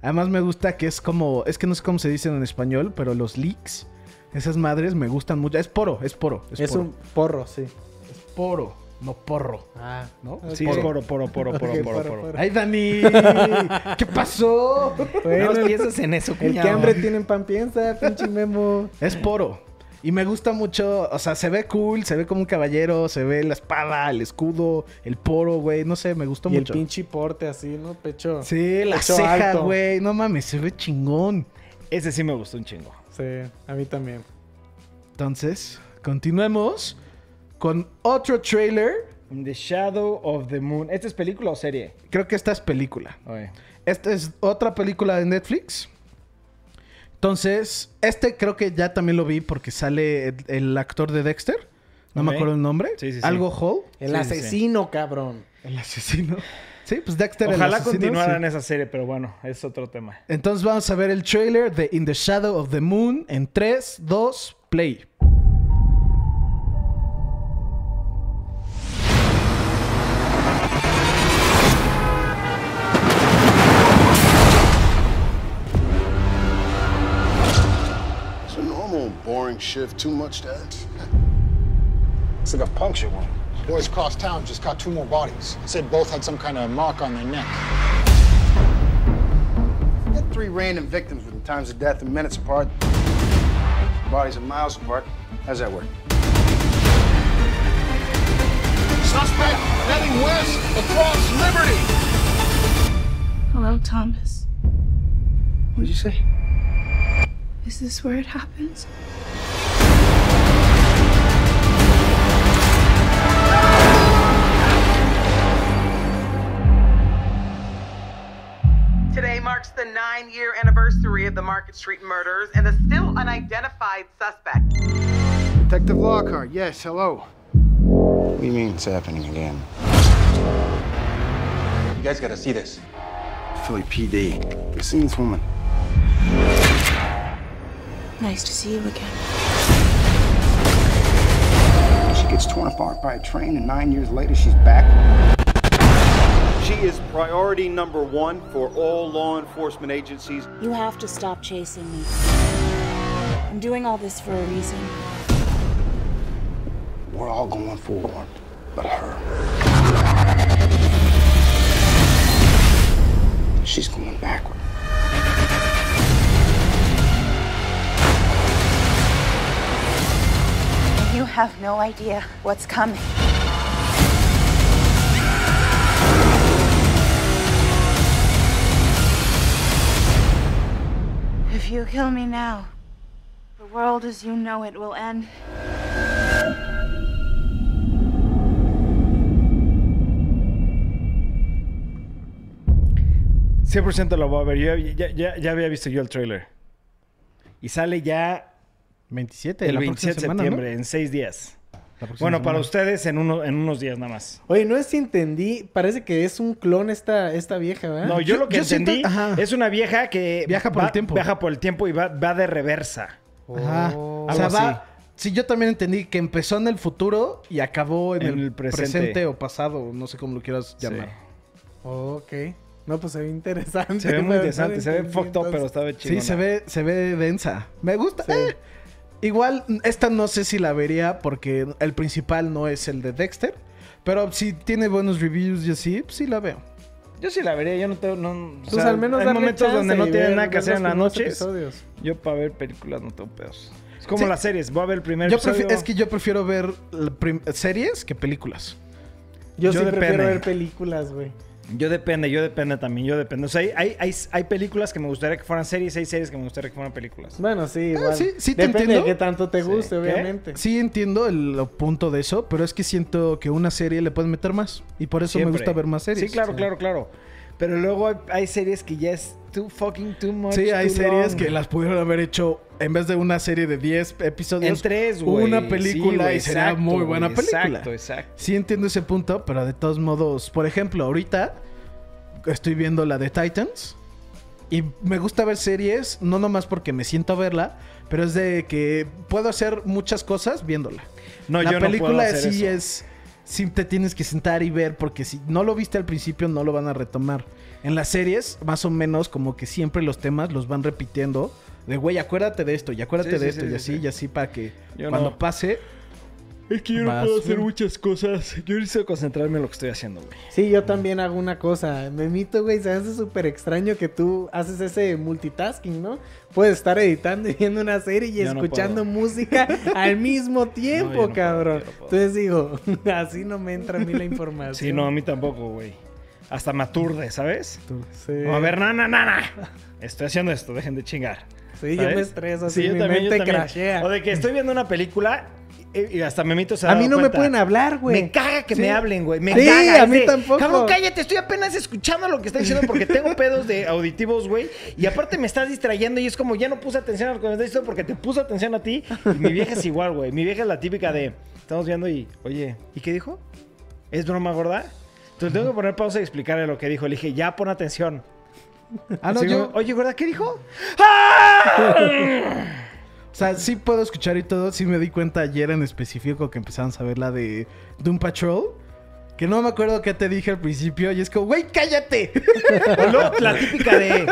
Además me gusta que es como, es que no sé cómo se dicen en español, pero los leaks, esas madres me gustan mucho. Es poro, es poro. Es,
Es
poro.
un porro, sí.
Es poro, no porro.
Ah,
¿no?
Sí, es poro, poro, poro, poro,
Ok,
poro, poro.
Ay, Dani, ¿qué pasó?
Bueno, el- El que
cuñado.
hambre tienen pan piensa, pinche memo.
Es poro. Y me gusta mucho, o sea, se ve cool, se ve como un caballero, se ve la espada, el escudo, el poro, güey, no sé, me gustó
Y el
mucho.
pinche porte así, ¿no? Pecho.
Sí, la
pecho
ceja,
alto.
güey. No mames, se ve chingón.
Ese sí me gustó un chingo.
Sí, a mí también.
Entonces, continuemos con otro trailer.
The Shadow of the Moon. ¿Esta es película o serie?
Creo que esta es película.
Oye.
Esta es otra película de Netflix. Entonces, este creo que ya también lo vi porque sale el, el actor de Dexter. No
Ok.
me acuerdo el nombre.
Sí, sí, sí.
Algo Hall.
El
Sí, sí, sí.
asesino, cabrón.
El asesino. Sí, pues Dexter el
Ojalá
asesino,
continuaran
sí.
esa serie, pero bueno, es otro tema.
Entonces vamos a ver el trailer de In the Shadow of the Moon en 3, 2, play.
It's a normal, boring shift. Too much to ask. It's like a puncture wound. Boys across town just caught two more bodies. Said both had some kind of mark on their neck. Had three random victims with times of death and minutes apart. Bodies are miles apart. How's that work? Suspect heading west across Liberty.
Hello, Thomas.
What'd you say?
Is this where it happens?
Today marks the nine year anniversary of the Market Street murders and the still unidentified suspect.
Detective Lockhart. Yes. Hello. What do you mean it's happening again?
You guys gotta see this.
Philly PD. You seen this woman?
Nice to see you again.
She gets torn apart by a train, and nine years later, she's back.
She is priority number one for all law enforcement agencies.
You have to stop chasing me. I'm doing all this for a reason.
We're all going forward, but her. She's going backward.
And you have no idea what's coming. If you kill me now, the world as you know it will end.
güey. 100% la voy a ver. Yo ya, ya- ya había visto yo el trailer. Y sale ya
27,
el
la próxima
27 de
semana, ¿no?
septiembre, en seis días. Bueno,
próxima
para
semana.
ustedes en, uno- en unos días nada más.
Oye, no es si entendí, parece que es un clon esta, esta vieja,
Ah,
¿verdad?
No, yo, lo que entendí es una vieja que
Viaja por
va-
el tiempo.
Viaja por el tiempo y va, va de reversa.
Ajá. o sea,
Oh. Algo así.
va. Sí, yo también entendí que empezó en el futuro y acabó en,
En
el
el
presente.
presente.
o pasado, no sé cómo lo quieras llamar.
Ok. No, pues se ve interesante.
Se ve muy
pero
interesante,
no
se ve
entendí,
fucked up,
entonces.
pero estaba chido.
Sí, se ve, se ve densa. Me gusta. eh. Igual, esta no sé si la vería porque el principal no es el de Dexter. Pero si tiene buenos reviews y así, pues sí la veo.
Yo sí la vería, yo no tengo. No,
Pues al menos
hay
darle
momentos
chance
donde no
y
tienen
ver-
nada que
ver
hacer
los
en las
primeros
noches.
episodios.
Yo para ver películas no tengo pedos. Es como
Sí.
las series, voy a ver el primer
Yo prefi-
episodio.
es que yo prefiero ver la prim- series que películas.
Yo,
Yo
sí prefiero
depende.
ver películas, güey.
Yo depende, yo depende también, yo depende. O sea, hay, hay, hay, hay películas que me gustaría que fueran series, hay series que me gustaría que fueran películas.
Bueno, sí,
igual.
sí, sí te
Depende de
entiendo.
qué tanto te guste,
Sí.
obviamente.
Sí entiendo el lo punto de eso, pero es que siento que una serie le pueden meter más. Y por eso me
Siempre.
gusta ver más series.
Sí, claro, claro, claro. Pero luego hay, hay series que ya es too fucking too much.
Sí, hay
too
series
long.
que las pudieron haber hecho en vez de una serie de 10 episodios.
En tres, güey.
Una
Sí,
película
güey,
y será
exacto,
muy buena
güey,
película.
Exacto, exacto.
Sí entiendo ese punto, pero de todos modos, por ejemplo, ahorita estoy viendo la de Titans. Y me gusta ver series, no nomás porque me siento a verla, pero es de que puedo hacer muchas cosas viéndola.
No,
la
yo no puedo
película
hacer
sí
eso.
es. Sí te tienes que sentar y ver, porque si no lo viste al principio, no lo van a retomar. En las series, más o menos, como que siempre los temas los van repitiendo. De güey, acuérdate de esto, y acuérdate
Sí,
de
sí,
esto,
sí,
y
sí,
así, y así, para que
Yo
cuando
no.
pase.
Es que yo no
Vas,
puedo hacer
güey.
muchas cosas. Yo necesito concentrarme en lo que estoy haciendo, güey.
Sí, yo también hago una cosa. Me mito, güey, se me hace súper extraño que tú haces ese multitasking, ¿no? Puedes estar editando y viendo una serie y
Yo no
escuchando música al mismo tiempo,
puedo,
cabrón. Entonces digo, así no me entra a mí la información.
Sí, no, a mí tampoco, güey. Hasta me aturde, ¿sabes?
Sí.
Como, a ver, na, na, na, na. Estoy haciendo esto, dejen de chingar.
Sí, yo me estreso, así, mi mente crashea.
O de que estoy viendo una película y, y hasta me mito se ha
A mí
dado
no me
cuenta.
pueden hablar, güey.
Me caga que
Sí.
me hablen, güey. Me
Sí,
caga.
a mí
este,
tampoco.
Cabrón, cállate, estoy apenas escuchando lo que está diciendo porque tengo pedos de auditivos, güey. Y aparte me estás distrayendo y es como ya no puse atención a lo que me estás diciendo porque te puse atención a ti. Y mi vieja es igual, güey. Mi vieja es la típica de estamos viendo y, oye, ¿y qué dijo? ¿Es broma gorda? Entonces tengo que poner pausa y explicarle lo que dijo. Le dije, ya pon atención.
Ah, no,
Así
yo-
como, Oye, gorda, ¿qué dijo? ¡Ah!
O sea, sí puedo escuchar y todo. Sí me di cuenta ayer en específico que empezaron a ver la de Doom Patrol. Que no me acuerdo qué te dije al principio. Y es como, güey, cállate.
O luego la típica de,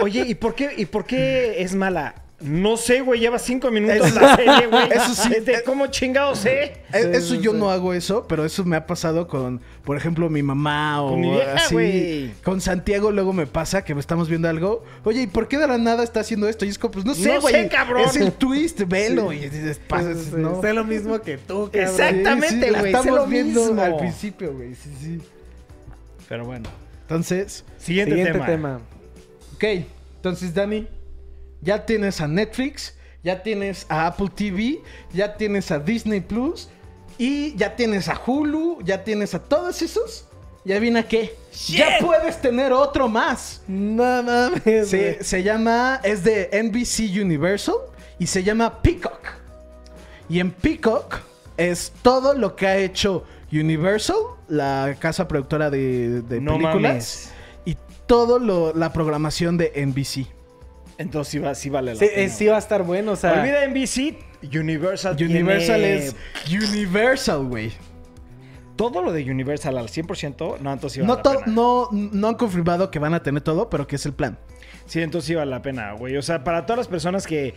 oye, ¿y por qué, y por qué es mala? No sé, güey, lleva cinco minutos la serie, güey.
Eso sí.
Es de, ¿Cómo chingados, eh?
Eh, eso yo no hago eso, pero eso me ha pasado con, por ejemplo, mi mamá o
Con mi vieja,
así.
güey.
Con Santiago luego me pasa que estamos viendo algo. Oye, ¿y por qué de la nada está haciendo esto? Y es como, pues no sé,
No
güey.
sé, cabrón.
Es el twist, velo.
Sí.
Y dices, pasa,
Sí,
¿no?
Sé lo mismo que tú, cabrón.
Exactamente,
la
güey, sé
Estamos
lo
viendo
mismo.
al principio, güey. Sí, sí.
Pero bueno.
Entonces,
Siguiente, tema.
Ok, entonces Dani, ya tienes a Netflix, ya tienes a Apple TV, ya tienes a Disney Plus y ya tienes a Hulu, ya tienes a todos esos. Ya viene a qué? Ya puedes tener otro más.
No mames. güey.
Se, se llama, es de NBC Universal y se llama Peacock. Y en Peacock es todo lo que ha hecho Universal, la casa productora de, de
No
películas, y todo lo, la programación de NBC.
Entonces sí, va, sí vale la
Sí,
pena.
eh, sí va a estar bueno, o sea.
Olvida NBC, Universal
Universal
tiene-
es Universal, güey.
todo lo de Universal al 100%, no, entonces iba
No,
la
to-
pena.
no, no han confirmado que van a tener todo, pero que es el plan.
Sí, entonces iba la pena, güey. O sea, para todas las personas que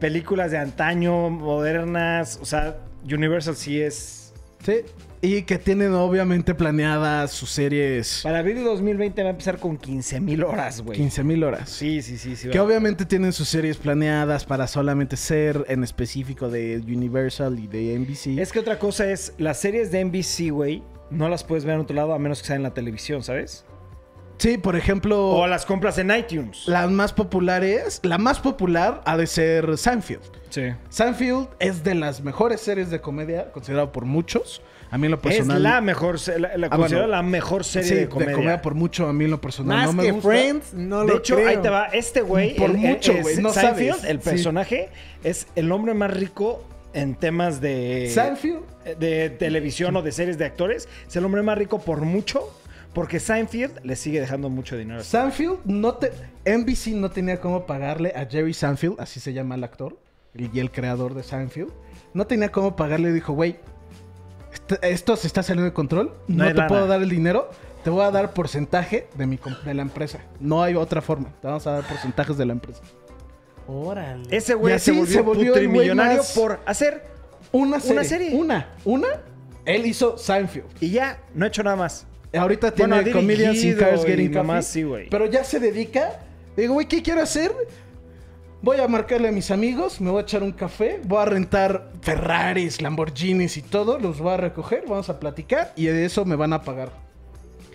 películas de antaño, modernas, o sea, Universal sí es...
Sí. Y que tienen obviamente planeadas sus series.
Para abril de 2020 va a empezar con 15 mil horas, güey.
15 mil horas.
Sí, sí, sí, sí.
Que
va-
obviamente tienen sus series planeadas para solamente ser en específico de Universal y de NBC.
Es que otra cosa es, las series de NBC, güey, no las puedes ver en otro lado a menos que sea en la televisión, ¿sabes?
Sí, por ejemplo.
O las compras en iTunes.
Las más populares, la más popular ha de ser Seinfeld.
Sí.
Seinfeld es de las mejores series de comedia, considerado por muchos. A mí en lo personal.
Es la mejor, se- la, la
Ah,
considero
bueno.
la mejor serie
Sí,
de comedia.
por mucho, a mí en lo personal
Más
no me
que
gusta.
Friends, no
de
lo
hecho,
creo.
ahí te va. Este güey,
Por
el- el-
mucho,
es-
güey, no
Seinfeld,
sabes.
el
Sí.
personaje, es el hombre más rico en temas de.
Seinfeld.
De televisión o de series de actores. Es el hombre más rico por mucho. Porque Seinfeld le sigue dejando mucho dinero.
Sanfield no te. NBC no tenía cómo pagarle a Jerry Sanfield, así se llama el actor el- y el creador de Sanfield. No tenía cómo pagarle. Dijo, güey, est- esto se está saliendo de control.
No
No,
hay
te
lana.
puedo dar el dinero. Te voy a dar porcentaje de, mi, com- de la empresa. No hay otra forma. Te vamos a dar porcentajes de la empresa.
Órale.
Ese
Y
güey
así
se volvió,
se volvió el güey
putrimillonario
más-
por hacer.
Una serie.
Una
Una,
serie.
una, Él hizo Sanfield.
Y ya, no ha hecho nada más.
Ahorita
Bueno,
tiene
ha dirigido
Comedians in Cars
y
Getting
mamás,
Coffee.
sí, güey.
Pero ya se dedica. Digo, güey, ¿qué quiero hacer? Voy a marcarle a mis amigos, me voy a echar un café, voy a rentar Ferraris, Lamborghinis y todo, los voy a recoger, vamos a platicar y de eso me van a pagar.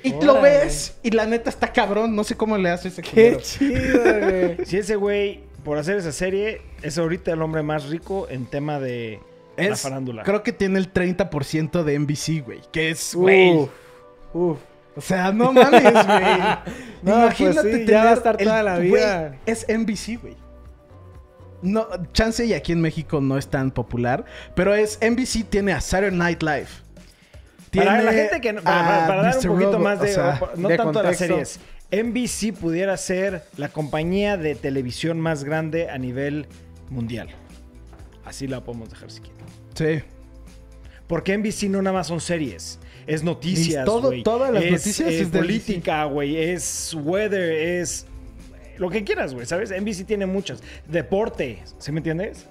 Y lo
Órale.
ves, y la neta está cabrón, no sé cómo le hace ese culero.
chido, güey.
Si ese güey, por hacer esa serie, es ahorita el hombre más rico en tema de la
Es,
farándula. Uh.
creo que tiene el 30% de NBC, güey, que es, güey.
Uf, uf.
O sea, no mames, güey.
No,
Imagínate
pues sí, ya
tener
va a estar
el-
toda la
güey,
vida.
es NBC, güey. No, chance y aquí en México no es tan popular, pero es NBC tiene a Saturday Night Live.
para la
Tiene
gente que no- para, para-
a
para dar un
Mr.
poquito
Robot,
más de,
o sea,
no
de
tanto a las series.
contexto.
NBC pudiera ser la compañía de televisión más grande a nivel mundial. Así la podemos dejar si quieren.
sí.
Porque NBC no nada más son series, es noticias,
Y todo-
güey.
todas las
es,
noticias
eh,
es de
política, güey, es weather, es lo que quieras, güey, ¿sabes? NBC tiene muchas, deporte, ¿sí me entiendes?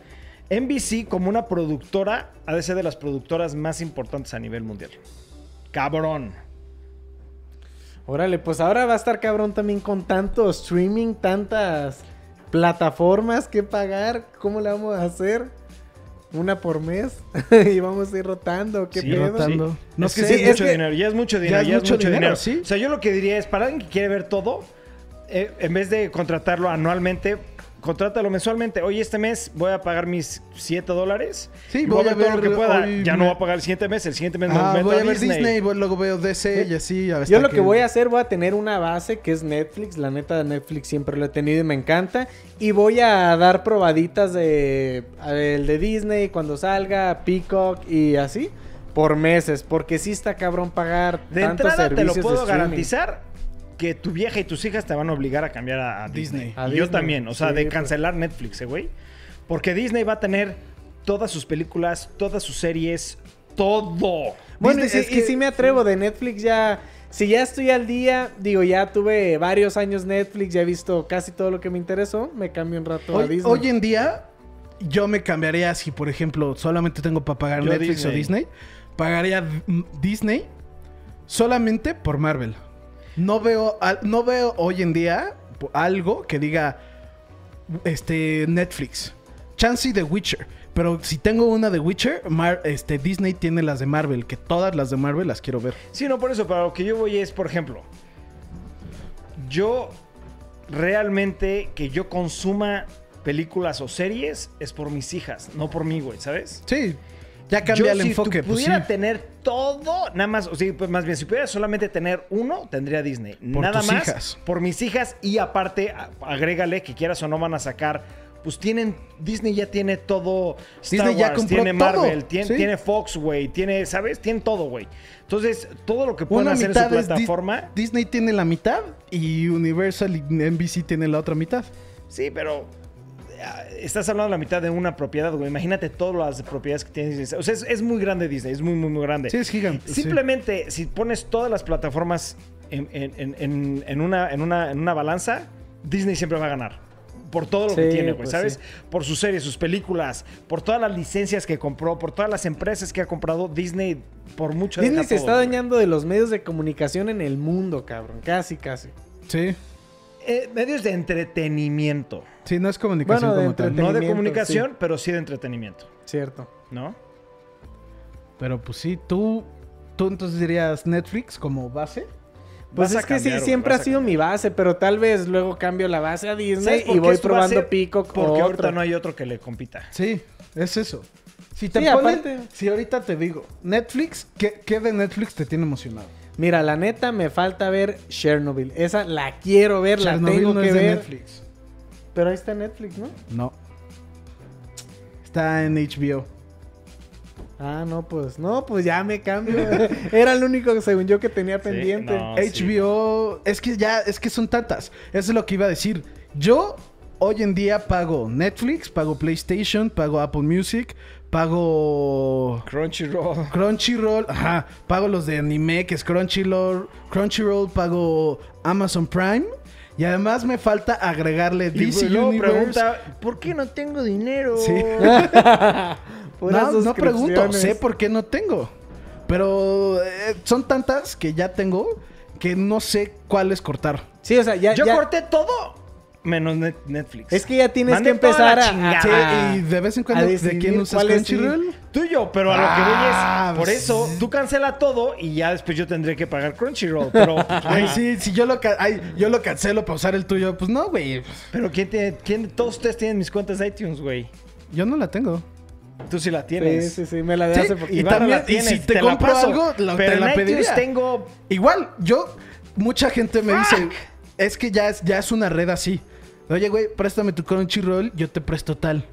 NBC como una productora ha de ser de las productoras más importantes a nivel mundial. Cabrón.
Órale, pues ahora va a estar cabrón también con tanto streaming, tantas plataformas que pagar. ¿Cómo le vamos a hacer? Una por mes y vamos a ir rotando. ¿Qué
Sí,
pedo?
rotando.
No
No
es que
sé,
sí, es,
es
mucho
que-
dinero. Ya es mucho dinero. Ya es mucho, dinero.
sí.
O sea, yo lo que diría es, para alguien que quiere ver todo, eh, en vez de contratarlo anualmente, contrátalo mensualmente. Hoy este mes voy a pagar mis 7 dólares.
Sí,
y voy,
voy
a
a
ver todo lo que
ver
pueda.
hoy
Ya no
me-
voy a pagar el siguiente mes. El siguiente mes
Ah,
me meto
voy a
a
ver
Disney.
Disney, voy- luego veo DC y así. hasta
Yo lo que voy a hacer, voy a tener una base que es Netflix. La neta, Netflix siempre lo he tenido y me encanta. Y voy a dar probaditas de a ver, el de Disney cuando salga, Peacock y así por meses. Porque sí está cabrón pagar
De
tantos
entrada te lo
servicios de
puedo
streaming.
garantizar que tu vieja y tus hijas te van a obligar a cambiar a, a Disney. y
A Disney,
yo también, o sea,
sí,
de
pues.
cancelar Netflix, eh, güey. Porque Disney va a tener todas sus películas, todas sus series, todo.
Bueno, y,
Disney,
sí-
es
y
que-
sí me atrevo de Netflix ya. Si ya estoy al día, digo, ya tuve varios años Netflix, ya he visto casi todo lo que me interesó, me cambio un rato a
Hoy,
Disney.
hoy en día, yo me cambiaría si, por ejemplo, solamente tengo para pagar
Yo
Netflix o
Disney.
Disney. Pagaría mm, Disney solamente por Marvel. No veo, al- no veo hoy en día po- algo que diga este, Netflix. Chansey The Witcher. Pero si tengo una de Witcher, Mar- este, Disney tiene las de Marvel, que todas las de Marvel las quiero ver.
Sí, no, por eso, para lo que yo voy es, por ejemplo, yo realmente que yo consuma películas o series es por mis hijas, no por mí, güey, ¿sabes?
Sí, ya cambia el
si
enfoque.
tu-
pues
pudiera
sí.
tener todo, nada más, o sea, pues más bien, si pudiera solamente tener uno, tendría Disney.
Por
nada
tus
más
hijas.
por mis hijas y aparte, a- agrégale que quieras o no van a sacar. Pues tienen, Disney ya tiene todo. Star
Disney ya
Wars,
compró
tiene Marvel,
todo,
tiene,
sí.
tiene Fox, güey, tiene, ¿sabes? Tiene todo, güey. Entonces, todo lo que pueden
Una
hacer en su
mitad es Dis-
plataforma.
Disney tiene la mitad y Universal y NBC tiene la otra mitad.
Sí, pero ah, estás hablando de la mitad de una propiedad, güey. Imagínate todas las propiedades que tienes. Disney. O sea, es, es muy grande Disney, es muy, muy, muy grande.
Sí, es gigante. sí.
Simplemente, si pones todas las plataformas en, en- en- en- en una, en, una, en una balanza, Disney siempre va a ganar. Por todo lo que
Sí,
tiene, güey,
pues
¿sabes?
sí.
Por sus series, sus películas, por todas las licencias que compró, por todas las empresas que ha comprado Disney, por mucho
Disney
deja
se
todo,
está
güey.
dañando de los medios de comunicación en el mundo, cabrón. Casi, casi.
Sí.
Eh, medios de entretenimiento.
Sí, no es comunicación como tal.
No de comunicación, pero sí de entretenimiento,
Cierto.
¿no?
Pero pues sí, tú, tú entonces dirías Netflix como base.
Pues
Vas a
es que sí,
cambiar, güey,
siempre ha
vas a
sido mi base, pero tal vez luego cambio la base a
¿Sabes
Disney
por
y
qué
voy
esto va a
probando
ser?
Pico con
Porque ahorita
otro.
no hay otro que le compita.
Sí, es eso. Si te
Sí,
ponen-
aparte-
si ahorita te digo, Netflix, ¿qué, qué de Netflix te tiene emocionado?
Mira, la neta me falta ver Chernobyl. Esa la quiero ver, la
Chernobyl
tengo
no
que
es de
ver.
Netflix.
Pero ahí está Netflix, ¿no?
No. Está en HBO.
Ah, no, pues, no, pues ya me cambio. Era el único, según yo, que tenía pendiente.
HBO, es que ya, es que son tantas. Eso es lo que iba a decir. Yo hoy en día pago Netflix, pago PlayStation, pago Apple Music, pago
Crunchyroll.
Crunchyroll, ajá, pago los de anime que es Crunchyroll, Crunchyroll pago Amazon Prime y además me falta agregarle DC
y luego
Universe.
pregunta, ¿por qué no tengo dinero?
Sí.
Puras
no, no pregunto,
suscripciones.
sé por qué no tengo. Pero eh, son tantas que ya tengo que no sé cuáles cortar.
Sí, o sea, ya.
Yo
ya-
corté todo menos net- Netflix.
Es que ya tienes
Mandé
que empezar
toda la
a-
chingada.
Sí, y de vez en cuando,
a
¿de
decidir
quién usas
cuál es
Crunchyroll?
sí. Tuyo, pero a lo que voy
Ah,
es. Por
pues,
eso, tú cancela todo y ya después yo tendré que pagar Crunchyroll. Pero,
Ay,
güey,
sí, si yo lo, ca- ay, yo lo cancelo para usar el tuyo, pues no, güey.
pero ¿quién tiene, quién, todos ustedes tienen mis cuentas de iTunes, güey.
Yo no la tengo.
Tú sí la
Sí,
tienes.
sí, sí, me la de
Sí,
hace poco.
y
Ivana
también,
la
y si
tienes,
te,
te la
compro
paso.
algo, la-
Pero
te
en
la
iTunes
pediría.
tengo-
Igual, yo, mucha gente me dice, es que ya es, ya es una red así. Oye, güey, préstame tu Crunchyroll, yo te presto tal.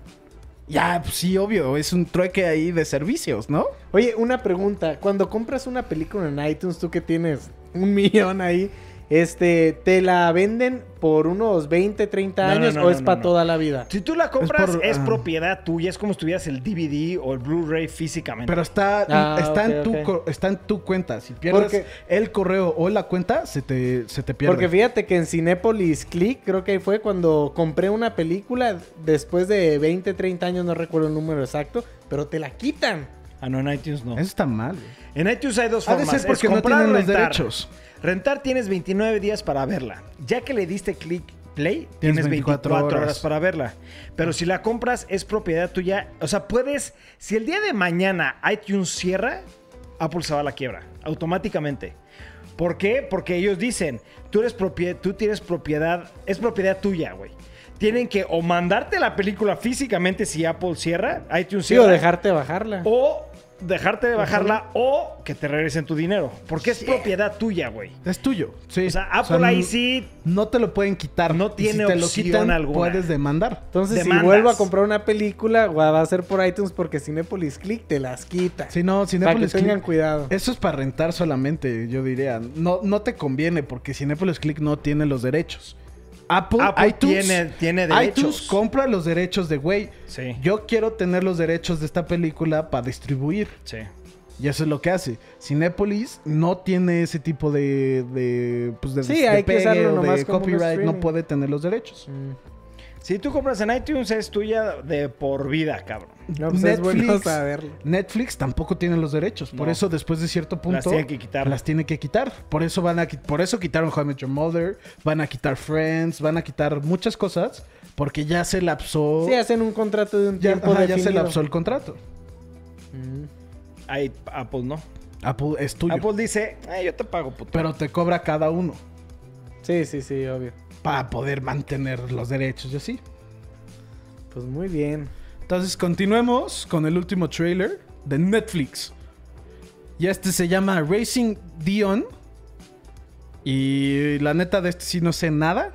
Ya, pues sí, obvio, es un trueque ahí de servicios, ¿no?
Oye, una pregunta. Cuando compras una película en iTunes, tú que tienes un millón ahí, este, ¿te la venden por unos 20, 30
No, no,
años
no,
o
no,
es
no,
para
no.
toda la vida?
Si tú la compras, es,
por- ah.
propiedad tuya. Es como si tuvieras el DVD o el Blu-ray físicamente.
Pero está,
Ah,
está, en
ok,
tu,
ok.
co- está en tu cuenta. Si pierdes
Porque-
el correo o la cuenta, se te, se te pierde.
Porque fíjate que en Cinépolis Click, creo que ahí fue cuando compré una película después de 20, 30 años, no recuerdo el número exacto, pero te la quitan.
Ah, no, en iTunes no.
Eso está mal. güey.
En iTunes hay dos
Ha de
formas.
ser porque
es
no
comprar
tienen
o
los
rentar.
derechos.
Rentar tienes 29 días para verla. Ya que le diste clic play,
Tienes
tienes 24,
24
horas.
horas
para verla. Pero si la compras, es propiedad tuya. O sea, puedes. Si el día de mañana iTunes cierra, Apple se va a la quiebra. Automáticamente. ¿Por qué? Porque ellos dicen, tú eres propiedad, tú tienes propiedad, es propiedad tuya, güey. Tienen que o mandarte la película físicamente si Apple cierra, iTunes
Sí, o
cierra.
dejarte bajarla.
O dejarte de bajarla o que te regresen tu dinero. Porque es propiedad tuya, güey.
Es tuyo. Sí.
O sea, Apple ahí sí-
No te lo pueden quitar.
No tiene
si te lo
opción
quitan,
alguna.
puedes demandar.
Entonces,
demandas.
si vuelvo a comprar una película, gua- va a ser por iTunes porque Cinépolis Click te las quita.
Si no, Cinepolis
Para que tengan cuidado.
Eso es para rentar solamente, yo diría. No, no te conviene porque Cinepolis Click no tiene los derechos. Apple,
Apple
iTunes,
tiene- tiene
iTunes
derechos.
compra los derechos de güey.
Sí.
Yo quiero tener los derechos de esta película para distribuir.
Sí.
Y eso es lo que hace. Cinépolis no tiene ese tipo de. de pues de,
Sí,
de
hay que
pegue
usarlo
o
nomás
de
como un
copyright.
streaming.
No puede tener los derechos.
Mm.
Si tú compras en iTunes es tuya de por vida, cabrón.
No, pues es bueno saberlo.
Netflix tampoco tiene los derechos. Por
No.
eso, después de cierto punto.
Las tiene que quitar.
las tiene que quitar. Por eso van a qui- Por eso quitaron How I Met Your Mother. Van a quitar Friends. Van a quitar muchas cosas. Porque ya se lapsó.
Sí, hacen un contrato de un
ya,
tiempo
ajá, ya se
definido. Mm.
lapsó el contrato.
Ahí Apple no.
Apple es tuyo.
Apple dice, "Ay, yo te pago, puto.
Pero te cobra cada uno.
Sí, sí, sí, obvio.
Para poder mantener los derechos y así.
Pues muy bien.
Entonces continuemos con el último trailer de Netflix. Y este se llama Racing Dion. Y la neta de este sí no sé nada.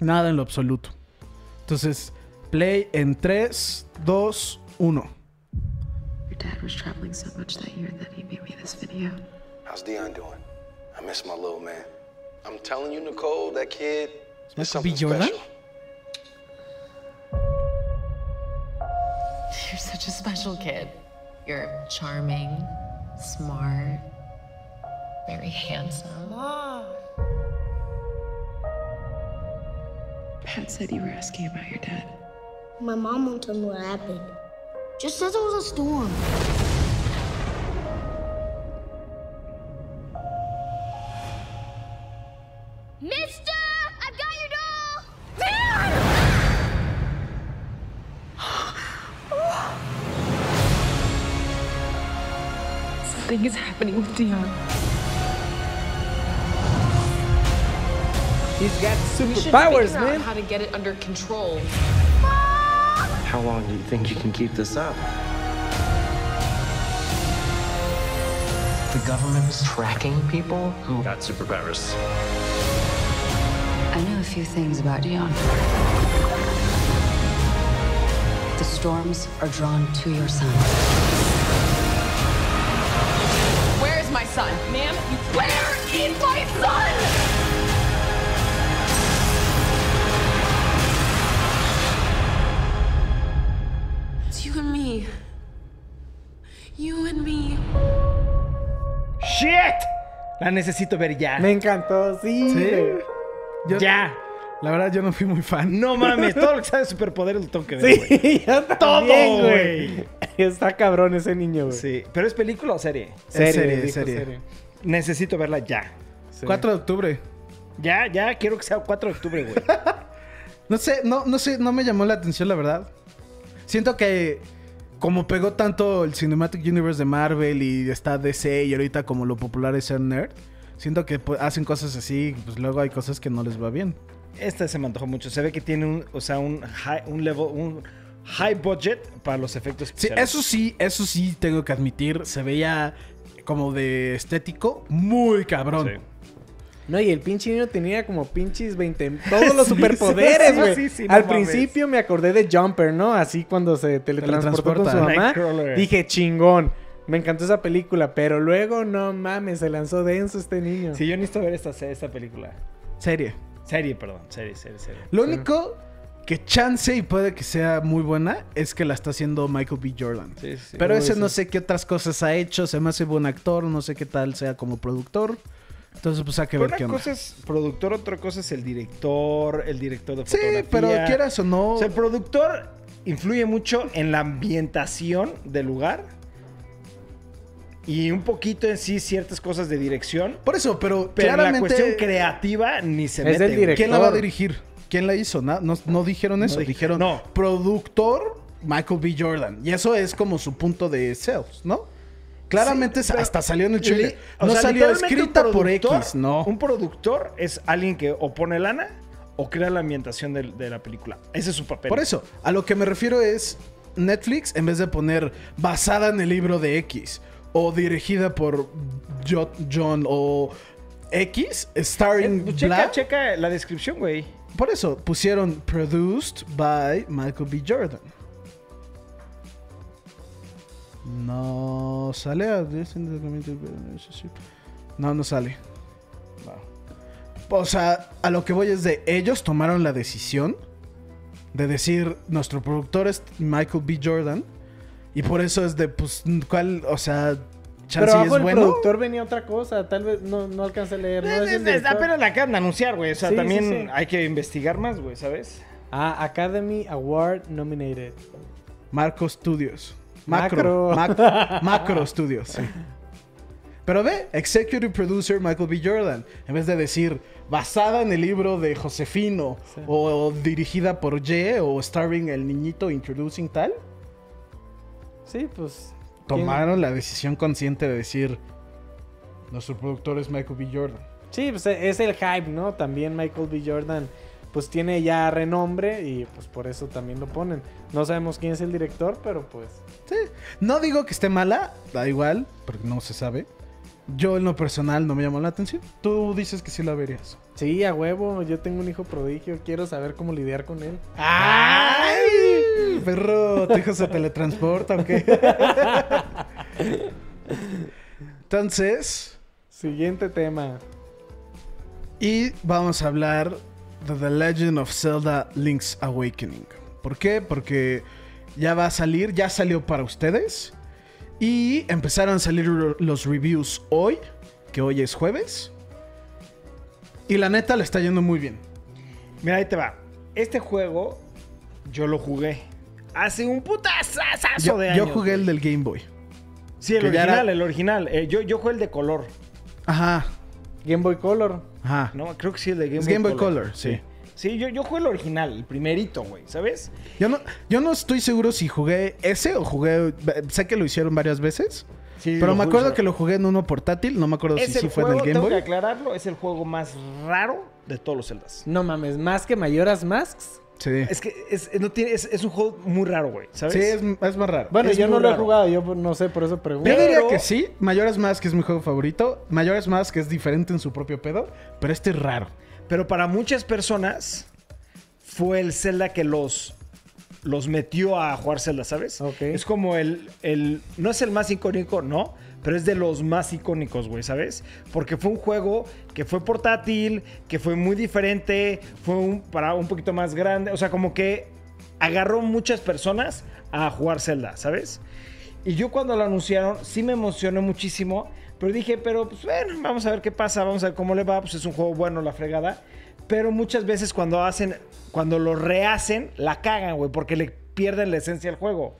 Nada en lo absoluto. Entonces, play en 3, 2, 1.
Your dad was traveling so much that year that he made me this video.
How's Dion doing? I miss my little man. I'm telling you, Nicole, that kid is
B.
something
Jordan?
special.
such a special kid. You're charming, smart, very handsome. Mom!
Pat said you were asking about your dad.
My mom won't tell me what happened. Just says it was a storm.
Mister, I've got your doll!
Something is happening with Dion.
He's got
We should
superpowers,
figure out
man.
how to get it under control.
How long do you think you can keep this up? The government was tracking people who got superpowers.
I know a few things about Dion. The storms are drawn to your son.
Where is my son? Ma'am, you... Where is my son?
It's you and me. You and me.
¡Shit! La necesito ver ya.
Me encantó, sí.
Sí.
güey.
ya.
La verdad, yo no fui muy fan.
No mames, todo lo que sabe de superpoderes lo tengo que ver, güey.
Sí, yo
Todo,
también,
güey.
güey. Está cabrón ese niño, güey.
Sí, pero es película o serie.
Serie,
serie,
dijo
serie.
Necesito verla ya.
4 de octubre.
Ya, ya, quiero que sea 4 de octubre, güey.
No sé, no, no sé, no me llamó la atención, la verdad. Siento que como pegó tanto el Cinematic Universe de Marvel y está DC y ahorita como lo popular es ser nerd, siento que pues, hacen cosas así, pues luego hay cosas que no les va bien.
Esta se me antojó mucho. Se ve que tiene un, o sea, un high, un level, un high budget para los efectos
Sí,
especiales.
eso sí, eso sí tengo que admitir, se veía como de estético muy cabrón.
No, y el pinche niño tenía como pinches 20. Todos los
Sí,
superpoderes,
sí,
güey.
sí, sí, no
Al
mames.
principio me acordé de Jumper, ¿no? Así cuando se teletransportó con su
Teletransporta.
mamá.
Nightcrawler.
Dije, chingón. Me encantó esa película, pero luego, no mames, se lanzó denso este niño.
Sí, yo necesito ver esta, se- esta película.
Serie.
Serie, perdón. Serie, serie, serie.
Lo único que chance y puede que sea muy buena es que la está haciendo Michael B. Jordan.
Sí, sí, sí.
Pero
Uy,
ese no
sí.
sé qué otras cosas ha hecho, se me hace buen actor, no sé qué tal sea como productor. Entonces, pues hay que
Pero
ver qué
una
onda.
cosa es productor, otra cosa es el director, el director de fotografía.
Sí, pero quieras o no.
O sea, el productor influye mucho en la ambientación del lugar y un poquito en sí ciertas cosas de dirección.
Por eso, pero,
pero la
claramente-
cuestión creativa ni se
Es
mete.
del
güey.
¿Quién la va a dirigir? ¿Quién la hizo? Na- No, no dijeron eso.
dije-
dijeron
no.
productor Michael B. Jordan. Y eso es como su punto de sales, ¿no? Claramente
Sí,
es- hasta salió en el
Li-
chile.
o
No
sea,
salió
literalmente un
escrita por
productor-
X, no.
Un productor es alguien que o pone lana o crea la ambientación del- de, la película. Ese es su papel.
Por eso, a lo que me refiero es Netflix, en vez de poner basada en el libro de X o dirigida por Jo- John o X,
Eh,
starring
pues,
Black.
checa, checa la descripción, güey.
Por eso pusieron produced by Michael B. Jordan. No sale. ah, este a- No, no sale. O sea, a lo que voy es de ellos tomaron la decisión de decir nuestro productor es Michael B. Jordan y por eso es de pues cuál, o sea, chance
Pero
y
abajo
es
el
bueno.
productor venía otra cosa, tal vez no, no alcancé a leer. ¿no? Es el director.
apenas la acaban de anunciar, güey. O sea,
Sí, sí,
también
sí.
hay que investigar más, güey, ¿sabes?
Ah, Academy Award nominated.
Marco Studios.
Macro.
Macro. Mac- Macro, Studios. sí. Pero ve, Executive Producer Michael B. Jordan. En vez de decir basada en el libro de Josefino o, dirigida por Y o starring el niñito introducing tal,
Sí, pues. ¿quién-
tomaron la decisión consciente de decir nuestro productor es Michael B. Jordan.
Sí, pues eh, es el hype, ¿no? También Michael B. Jordan, pues tiene ya renombre y pues por eso también lo ponen. No sabemos quién es el director, pero pues.
No digo que esté mala, da igual, porque no se sabe. Yo en lo personal no me llamó la atención. Tú dices que sí la verías.
Sí, a huevo, yo tengo un hijo prodigio, quiero saber cómo lidiar con él.
¡Ay! Perro, tu hijo se teletransporta, ¿o qué? Entonces,
Siguiente tema.
y vamos a hablar de The Legend of Zelda Link's Awakening. ¿Por qué? Porque ya va a salir, ya salió para ustedes. Y empezaron a salir lo- los reviews hoy, que hoy es jueves. Y la neta le está yendo muy bien.
Mira, ahí te va. Este juego yo lo jugué hace un putazazazo
Yo,
de
yo
años.
jugué el del Game Boy.
Sí, el
que ya
original,
era-
el original. Eh, yo, yo jugué el de color.
Ajá.
Game Boy Color.
Ajá.
No, creo que sí, el de Game,
Es
Boy,
Game Boy
Color.
Color, sí.
Sí, yo, yo jugué el original, el primerito, güey, ¿sabes?
Yo no, yo no estoy seguro si jugué ese o jugué. Sé que lo hicieron varias veces.
Sí,
pero
lo
me
jugué,
acuerdo
sí.
que lo jugué en uno portátil. No me acuerdo si
Es
Oh, sí
el
fue en
juego,
el Game
tengo
Boy.
que aclararlo, es el juego más raro de todos los Zeldas.
No mames, más que Mayoras Masks.
Sí.
Es que es, no tiene, es, es un juego muy raro, güey, ¿sabes?
Sí, es, es más raro.
Bueno,
Es
yo no
muy
lo he
raro.
jugado, yo no sé, por eso pregunto.
Yo diría
Pero-
que sí. Mayoras Mask es mi juego favorito. Mayoras Mask es diferente en su propio pedo, pero este es raro.
Pero para muchas personas fue el Zelda que los, los metió a jugar Zelda, ¿sabes? Es como el, el... No es el más icónico, no, pero es de los más icónicos, güey, ¿sabes? Porque fue un juego que fue portátil, que fue muy diferente, fue un, para un poquito más grande, o sea, como que agarró muchas personas a jugar Zelda, ¿sabes? Y yo cuando lo anunciaron, sí me emocionó muchísimo. Pero dije, pero pues bueno, vamos a ver qué pasa, vamos a ver cómo le va. Pues es un juego bueno, la fregada. Pero muchas veces cuando hacen, cuando lo rehacen, la cagan, güey, porque le pierden la esencia del juego.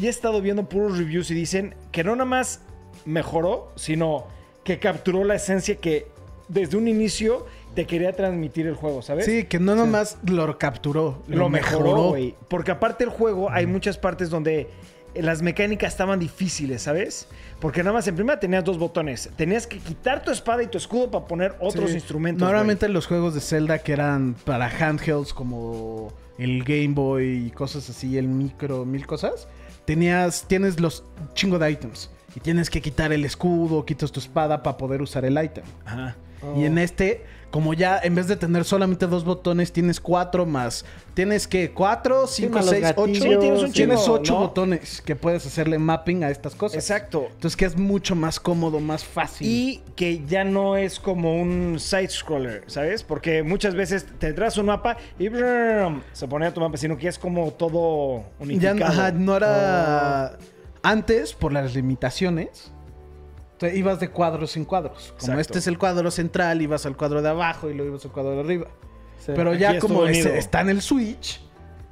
Y he estado viendo puros reviews y dicen que no nada más mejoró, sino que capturó la esencia que desde un inicio te quería transmitir el juego, ¿sabes?
Sí, que no nomás lo capturó, lo,
lo
mejoró.
mejoró, güey. Porque aparte el juego, hay muchas partes donde las mecánicas estaban difíciles, ¿sabes? Porque nada más en primera tenías dos botones. Tenías que quitar tu espada y tu escudo para poner otros
Sí.
instrumentos.
Normalmente los juegos de Zelda que eran para handhelds como el Game Boy y cosas así, el micro, mil cosas, tenías, tienes los chingo de items. Y tienes que quitar el escudo, quitas tu espada para poder usar el item.
Ajá.
Y
Oh.
en este, como ya en vez de tener solamente dos botones, tienes cuatro más. Tienes que cuatro, cinco,
más los
seis, ocho.
gatillos, Sí, tienes un
Tienes
chingo,
ocho
¿no?
botones que puedes hacerle mapping a estas cosas.
Exacto.
Entonces que es mucho más cómodo, más fácil.
Y que ya no es como un side-scroller, ¿sabes? Porque muchas veces tendrás un mapa y brum, se pone a tu mapa, sino que es como todo
Ya,
unificado. Oh.
ajá, no era.
Oh.
Antes, por las limitaciones, te ibas de cuadros en cuadros. Como
Exacto.
este es el cuadro central, ibas al cuadro de abajo y luego ibas al cuadro de arriba. Pero
Aquí
ya
es
como
todo
ese-
unido.
está en el Switch,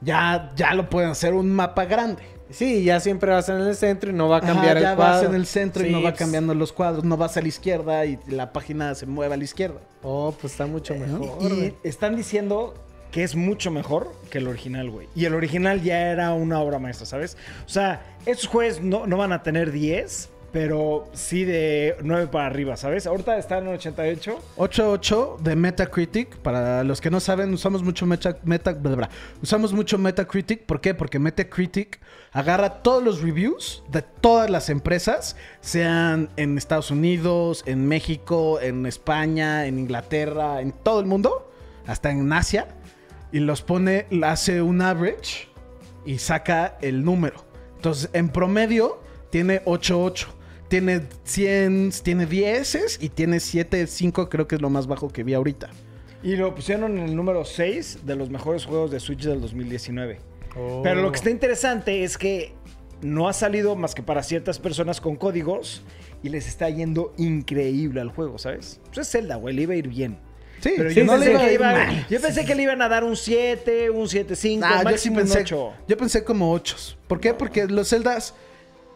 ya, ya lo pueden hacer un mapa grande.
Sí, ya siempre vas en el centro y no va a cambiar
Ajá, ya
el cuadro.
vas en el centro y
Sí,
no va
pues,
cambiando los cuadros, no vas a la izquierda y la página se mueve a la izquierda.
Oh, pues está mucho mejor.
Y están diciendo que es mucho mejor que el original, güey. Y el original ya era una obra maestra, ¿sabes? O sea, estos jueves no, no van a tener 10, pero sí de 9 para arriba, ¿sabes? Ahorita están en 88.
8.8 de Metacritic. Para los que no saben, usamos mucho meta, Meta- bla, bla, bla. Usamos mucho Metacritic. ¿Por qué? Porque Metacritic agarra todos los reviews de todas las empresas, sean en Estados Unidos, en México, en España, en Inglaterra, en todo el mundo, hasta en Asia, y los pone, hace un average y saca el número. Entonces, en promedio, tiene 8-8. Tiene 100, tiene 10 y tiene 7-5, creo que es lo más bajo que vi ahorita.
Y lo pusieron en el número 6 de los mejores juegos de Switch del 2019. Pero lo que está interesante es que no ha salido más que para ciertas personas con códigos y les está yendo increíble al juego, ¿sabes? Pues es Zelda, güey, le iba a ir bien.
Sí,
Pero
sí,
yo,
no le
pensé
iba a
que
ir
iba-
mal.
yo pensé que le iban a dar un 7, un 7.5,
Ah, yo sí
máximo
pensé,
un 8.
yo pensé como 8. ¿Por qué? Porque los celdas,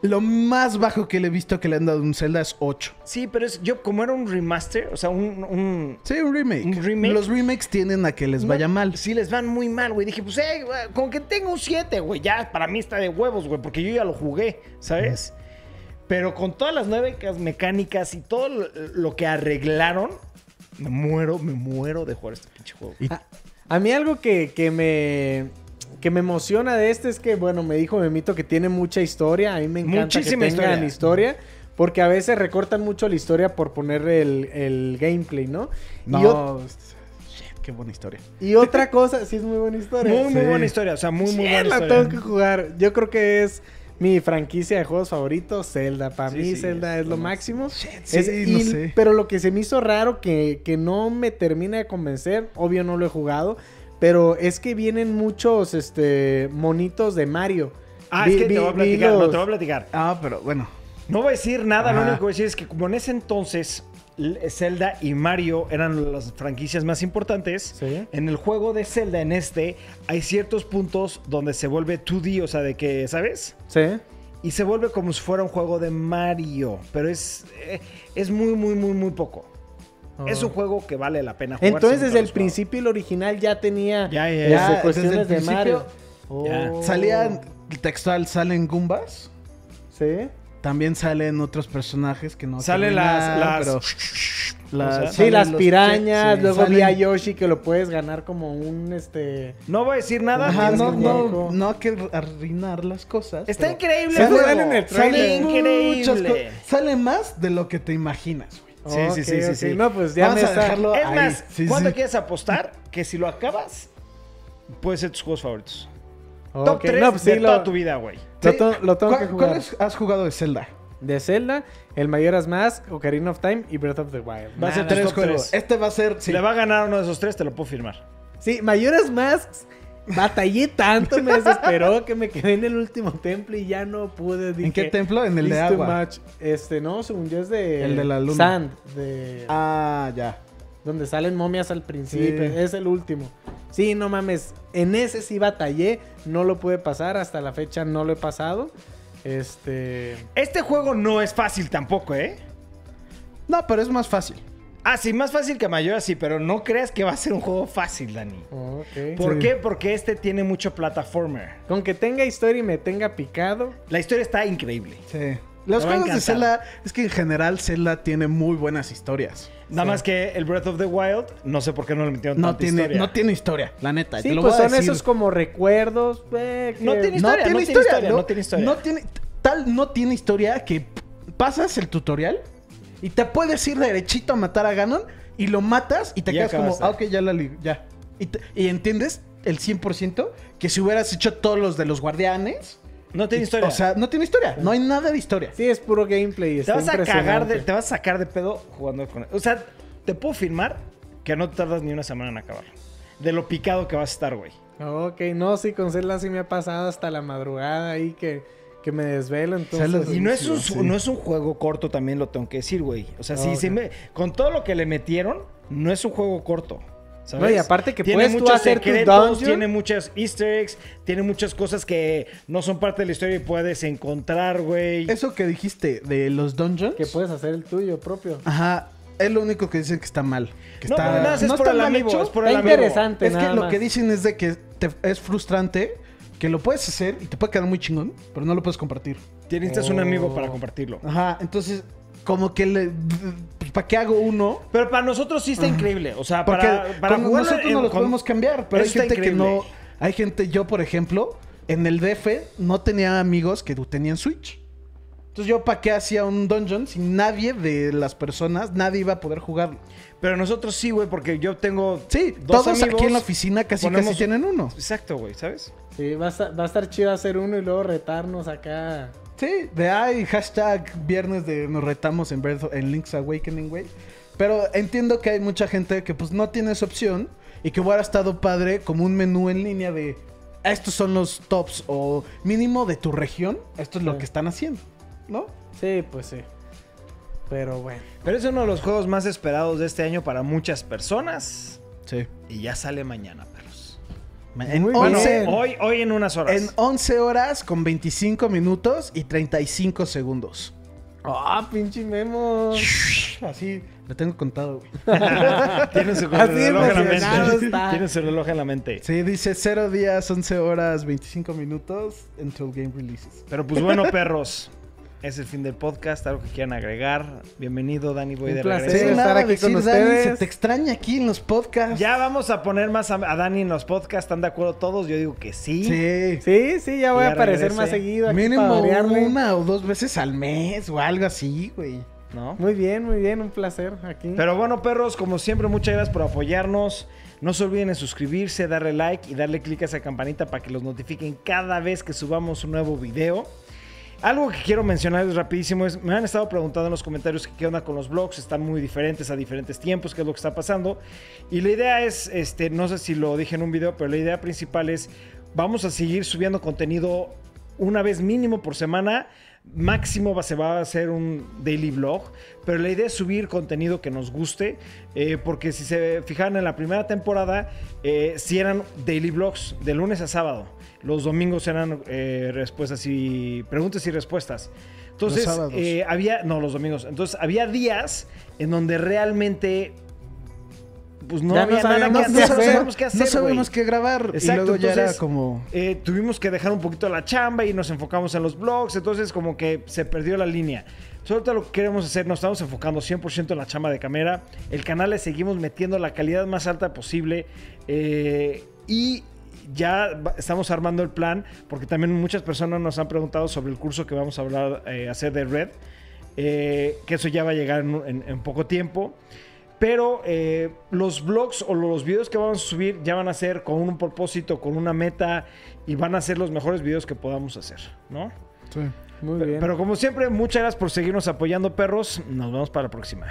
lo más bajo que le he visto que le han dado a un celda es 8.
Sí, pero es, yo como era un remaster, o sea, un... un-
Sí, un remake.
remake.
Los remakes tienen a que les vaya mal.
Sí, les van muy mal, güey. Dije, pues, eh, güey, con que tenga un 7, güey, ya para mí está de huevos, güey, porque yo ya lo jugué, ¿sabes? Pero con todas las nuevas mecánicas y todo lo- lo que arreglaron, me muero, me muero de jugar este pinche juego.
A mí algo que, que me que me emociona de este es que, bueno, me dijo Memito que tiene mucha historia. A mí me encanta
Muchísima
que tengan
historia.
historia. Porque a veces recortan mucho la historia por poner el, el gameplay, ¿no?
No,
Y, o-
shit, qué buena historia.
y otra cosa, sí es muy buena historia.
Muy, muy
Sí.
buena historia, o sea, muy, muy
Sí,
buena
la
historia.
tengo que jugar. Yo creo que es mi franquicia de juegos favorito, Zelda. Para mí, Zelda es, lo máximo.
sí,
Es-
no
y-
sé.
Pero lo que se me hizo raro, que, que no me termina de convencer, obvio no lo he jugado, pero es que vienen muchos este, monitos de Mario.
Ah,
Vi-
es que
vi-
te voy a
vi
platicar, no,
los-
te voy a platicar.
Ah, pero bueno.
No voy a decir nada, lo
Ajá.
único que voy a decir es que como en ese entonces L- Zelda y Mario eran las franquicias más importantes, en el juego de Zelda, en este, hay ciertos puntos donde se vuelve 2D, o sea, de que, ¿sabes?
Sí.
Y se vuelve como si fuera un juego de Mario, pero es, eh, es muy, muy, muy, muy poco.
Ah.
Es un juego que vale la pena jugar.
Entonces,
si nunca
desde
lo
el
has jugado.
principio, el original ya tenía
Ya, ya,
este,
ya. Desde
cuestiones
Ah, el
de Mario.
Ya.
Oh.
Salían textual, salen Goombas.
Sí.
También salen otros personajes que no.
Salen
terminan,
las-
pero- las-
O sea, sí,
salen
las
los-
pirañas.
sí,
luego vi
salen-
a Yoshi que lo puedes ganar como un este.
No voy a decir nada.
Ajá, no,
Tienes
no,
que-
no, hay que arruinar las cosas.
Está
pero-
increíble
Sale-
el juego. Sale
sale muchas
increíble.
co- Sale más de lo que te imaginas, güey.
Sí, sí, sí,
Ok,
sí,
ok.
sí.
No, pues ya
Vamos
me
a
está-
dejarlo
Es
ahí.
más,
Sí,
¿cuánto
sí.
quieres apostar que si lo acabas, puede ser tus juegos favoritos?
Ok,
Top 3
no, pues
de
sí, lo-
toda tu vida, güey.
Lo,
Sí.
to- lo tengo que
¿Cuál-
jugar.
¿Cuáles has jugado de Zelda?
De Zelda, El Mayoras Mask, Ocarina of Time y Breath of the Wild.
Va a ser
tres
tres
juegos.
juegos.
Este va a ser.
Si
sí.
le va a ganar uno de esos tres, te lo puedo firmar.
Sí, Mayoras Mask. Batallé tanto, me desesperó que me quedé en el último templo y ya no pude.
¿En qué
dije,
templo? En el de
"It's too
agua.
much". Este, no, según yo es de.
El de la luna.
Sand, de.
Ah, ya.
Donde salen momias al principio.
Sí.
Es el último. Sí, no mames. En ese sí batallé. No lo pude pasar. Hasta la fecha no lo he pasado. Este.
Este juego no es fácil tampoco, ¿eh?
No, pero es más fácil.
Ah, sí, más fácil que Mayor, sí, pero no creas que va a ser un juego fácil, Dani.
Ok.
¿Por
Sí.
qué? Porque este tiene mucho platformer.
Con que tenga historia y me tenga picado.
La historia está increíble.
Sí. Los
Te va a
juegos de
encantar.
Zelda, es que en general Zelda tiene muy buenas historias.
Nada más que el Breath of the Wild, no sé por qué no le metieron
No
tanta
tiene,
historia.
no tiene historia, la neta.
Sí,
te lo
pues
voy a
son
decir.
esos como recuerdos. eh, que-
No tiene
No
historia,
tiene
no tiene
historia,
historia,
no
no tiene historia.
no tiene- Tal no tiene historia que pasas el tutorial y te puedes ir derechito a matar a Ganon y lo matas y te
Y
quedas como,
acabaste.
ah, ok, ya la li- ya. Y, te- y entiendes el 100% que si hubieras hecho todos los de los guardianes.
No tiene
y-
historia.
O sea, no tiene historia, no hay nada de historia.
Sí, es puro gameplay.
te
está
vas a cagar
impresionante.
de, te vas a sacar de pedo jugando con O sea, te puedo firmar que no tardas ni una semana en acabarlo. De lo picado que vas a estar, güey.
Ok, no, sí, con Zelda sí me ha pasado hasta la madrugada ahí que, que me desvelo. Entonces,
Y no es, un,
Sí. Ah,
no es un juego corto, también lo tengo que decir, güey. O sea, sí,
Ok.
sí me- con todo lo que le metieron, no es un juego corto. ¿sabes?
No, y aparte que
tiene
puedes tú
muchos
hacer tu
secretos,
dungeon.
tiene muchas easter eggs, tiene muchas cosas que no son parte de la historia y puedes encontrar, güey.
Eso que dijiste de los dungeons.
Que puedes hacer el tuyo propio.
Ajá. Es lo único que dicen que está mal. Que
No,
está,
pero nada, es por el amiibo, es por el
pero
amiibo.
Interesante,
Es que
nada
lo
más.
que dicen es de que te- es frustrante, que lo puedes hacer y te puede quedar muy chingón, pero no lo puedes compartir.
Te necesitas un
Oh.
amigo para compartirlo.
Ajá, entonces, como que le. ¿Para qué hago uno?
Pero para nosotros sí está increíble. O sea,
Porque
para, para
con-
jugarlo
nosotros
en-
no los
con-
podemos cambiar, pero hay
Eso está
gente que
increíble.
no. Hay gente, yo por ejemplo, en el DF no tenía amigos que tenían Switch. Entonces, yo para qué hacía un dungeon si nadie de las personas, nadie iba a poder jugarlo.
Pero nosotros sí, güey, porque yo tengo.
Sí,
dos
todos aquí en la
amigos,
oficina casi
ponemos-
casi tienen uno.
Exacto, güey, ¿sabes?
Sí, va a, estar, va a estar chido hacer uno y luego retarnos acá.
Sí, de ahí hashtag viernes de nos retamos en, Breath- en Link's Awakening, güey. Pero entiendo que hay mucha gente que pues no tiene esa opción y que hubiera estado padre como un menú en línea de estos son los tops o mínimo de tu región, esto es lo
Sí.
que están haciendo, ¿no?
Sí, pues sí. Pero bueno.
Pero es uno de los juegos más esperados de este año para muchas personas.
Sí.
Y ya sale mañana, perros.
En
Muy
Bueno,
11,
bien.
hoy, hoy en unas horas.
en 11 horas con 25 minutos y 35 segundos.
¡Ah, pinche Memo!
Así, lo tengo contado, güey.
Tienen su
Así
reloj en la
emocionado
mente.
está.
Tienen su reloj en la mente.
Sí, dice 0 días, 11 horas, 25 minutos until game releases.
Pero pues bueno, perros. Es el fin del podcast. Algo que quieran agregar. Bienvenido, Dani Boy
Un
de
placer.
regreso.
Sí,
estar
nada,
aquí
de
con
decir, Dani, se
ustedes.
te extraña aquí en los podcasts.
Ya vamos a poner más a, a Dani en los podcasts. ¿Están de acuerdo todos? Yo digo que sí.
Sí.
Sí, sí, ya voy
Ya
a aparecer
regresé.
más seguido aquí para
Mínimo
variarle.
una o dos veces al mes o algo así, güey.
¿No?
Muy bien, muy bien, un placer aquí.
Pero bueno, perros, como siempre, muchas gracias por apoyarnos. No se olviden de suscribirse, darle like y darle click a esa campanita para que los notifiquen cada vez que subamos un nuevo video. Algo que quiero mencionarles rapidísimo es, me han estado preguntando en los comentarios que qué onda con los blogs, están muy diferentes a diferentes tiempos, qué es lo que está pasando. Y la idea es, este, no sé si lo dije en un video, pero la idea principal es, vamos a seguir subiendo contenido una vez mínimo por semana. Máximo va- se va a hacer un daily vlog, pero la idea es subir contenido que nos guste, eh, porque si se fijan en la primera temporada, si eran daily vlogs de lunes a sábado, los domingos eran eh, respuestas y preguntas y respuestas. Entonces,
Los sábados.
eh, había, no, los domingos, entonces había días en donde realmente pues no
Ya
había
no
nada
sabíamos
que
qué
hacer.
hacer.
No sabíamos qué
No
hacer.
sabíamos
güey.
qué grabar. Y
Exacto,
luego ya era
entonces,
como-
eh, tuvimos que dejar un poquito la chamba y nos enfocamos en los blogs. Entonces, como que se perdió la línea. Entonces, ahorita lo que queremos hacer, nos estamos enfocando 100% en la chamba de cámara. El canal le seguimos metiendo la calidad más alta posible. eh, y. Ya va- estamos armando el plan porque también muchas personas nos han preguntado sobre el curso que vamos a hablar, eh, hacer de Red, eh, que eso ya va a llegar en- en- en poco tiempo. Pero eh, los vlogs o los videos que vamos a subir ya van a ser con un propósito, con una meta y van a ser los mejores videos que podamos hacer, ¿no?
Sí.
Muy bien.
Pero como siempre, muchas gracias por seguirnos apoyando, perros. Nos vemos para la próxima.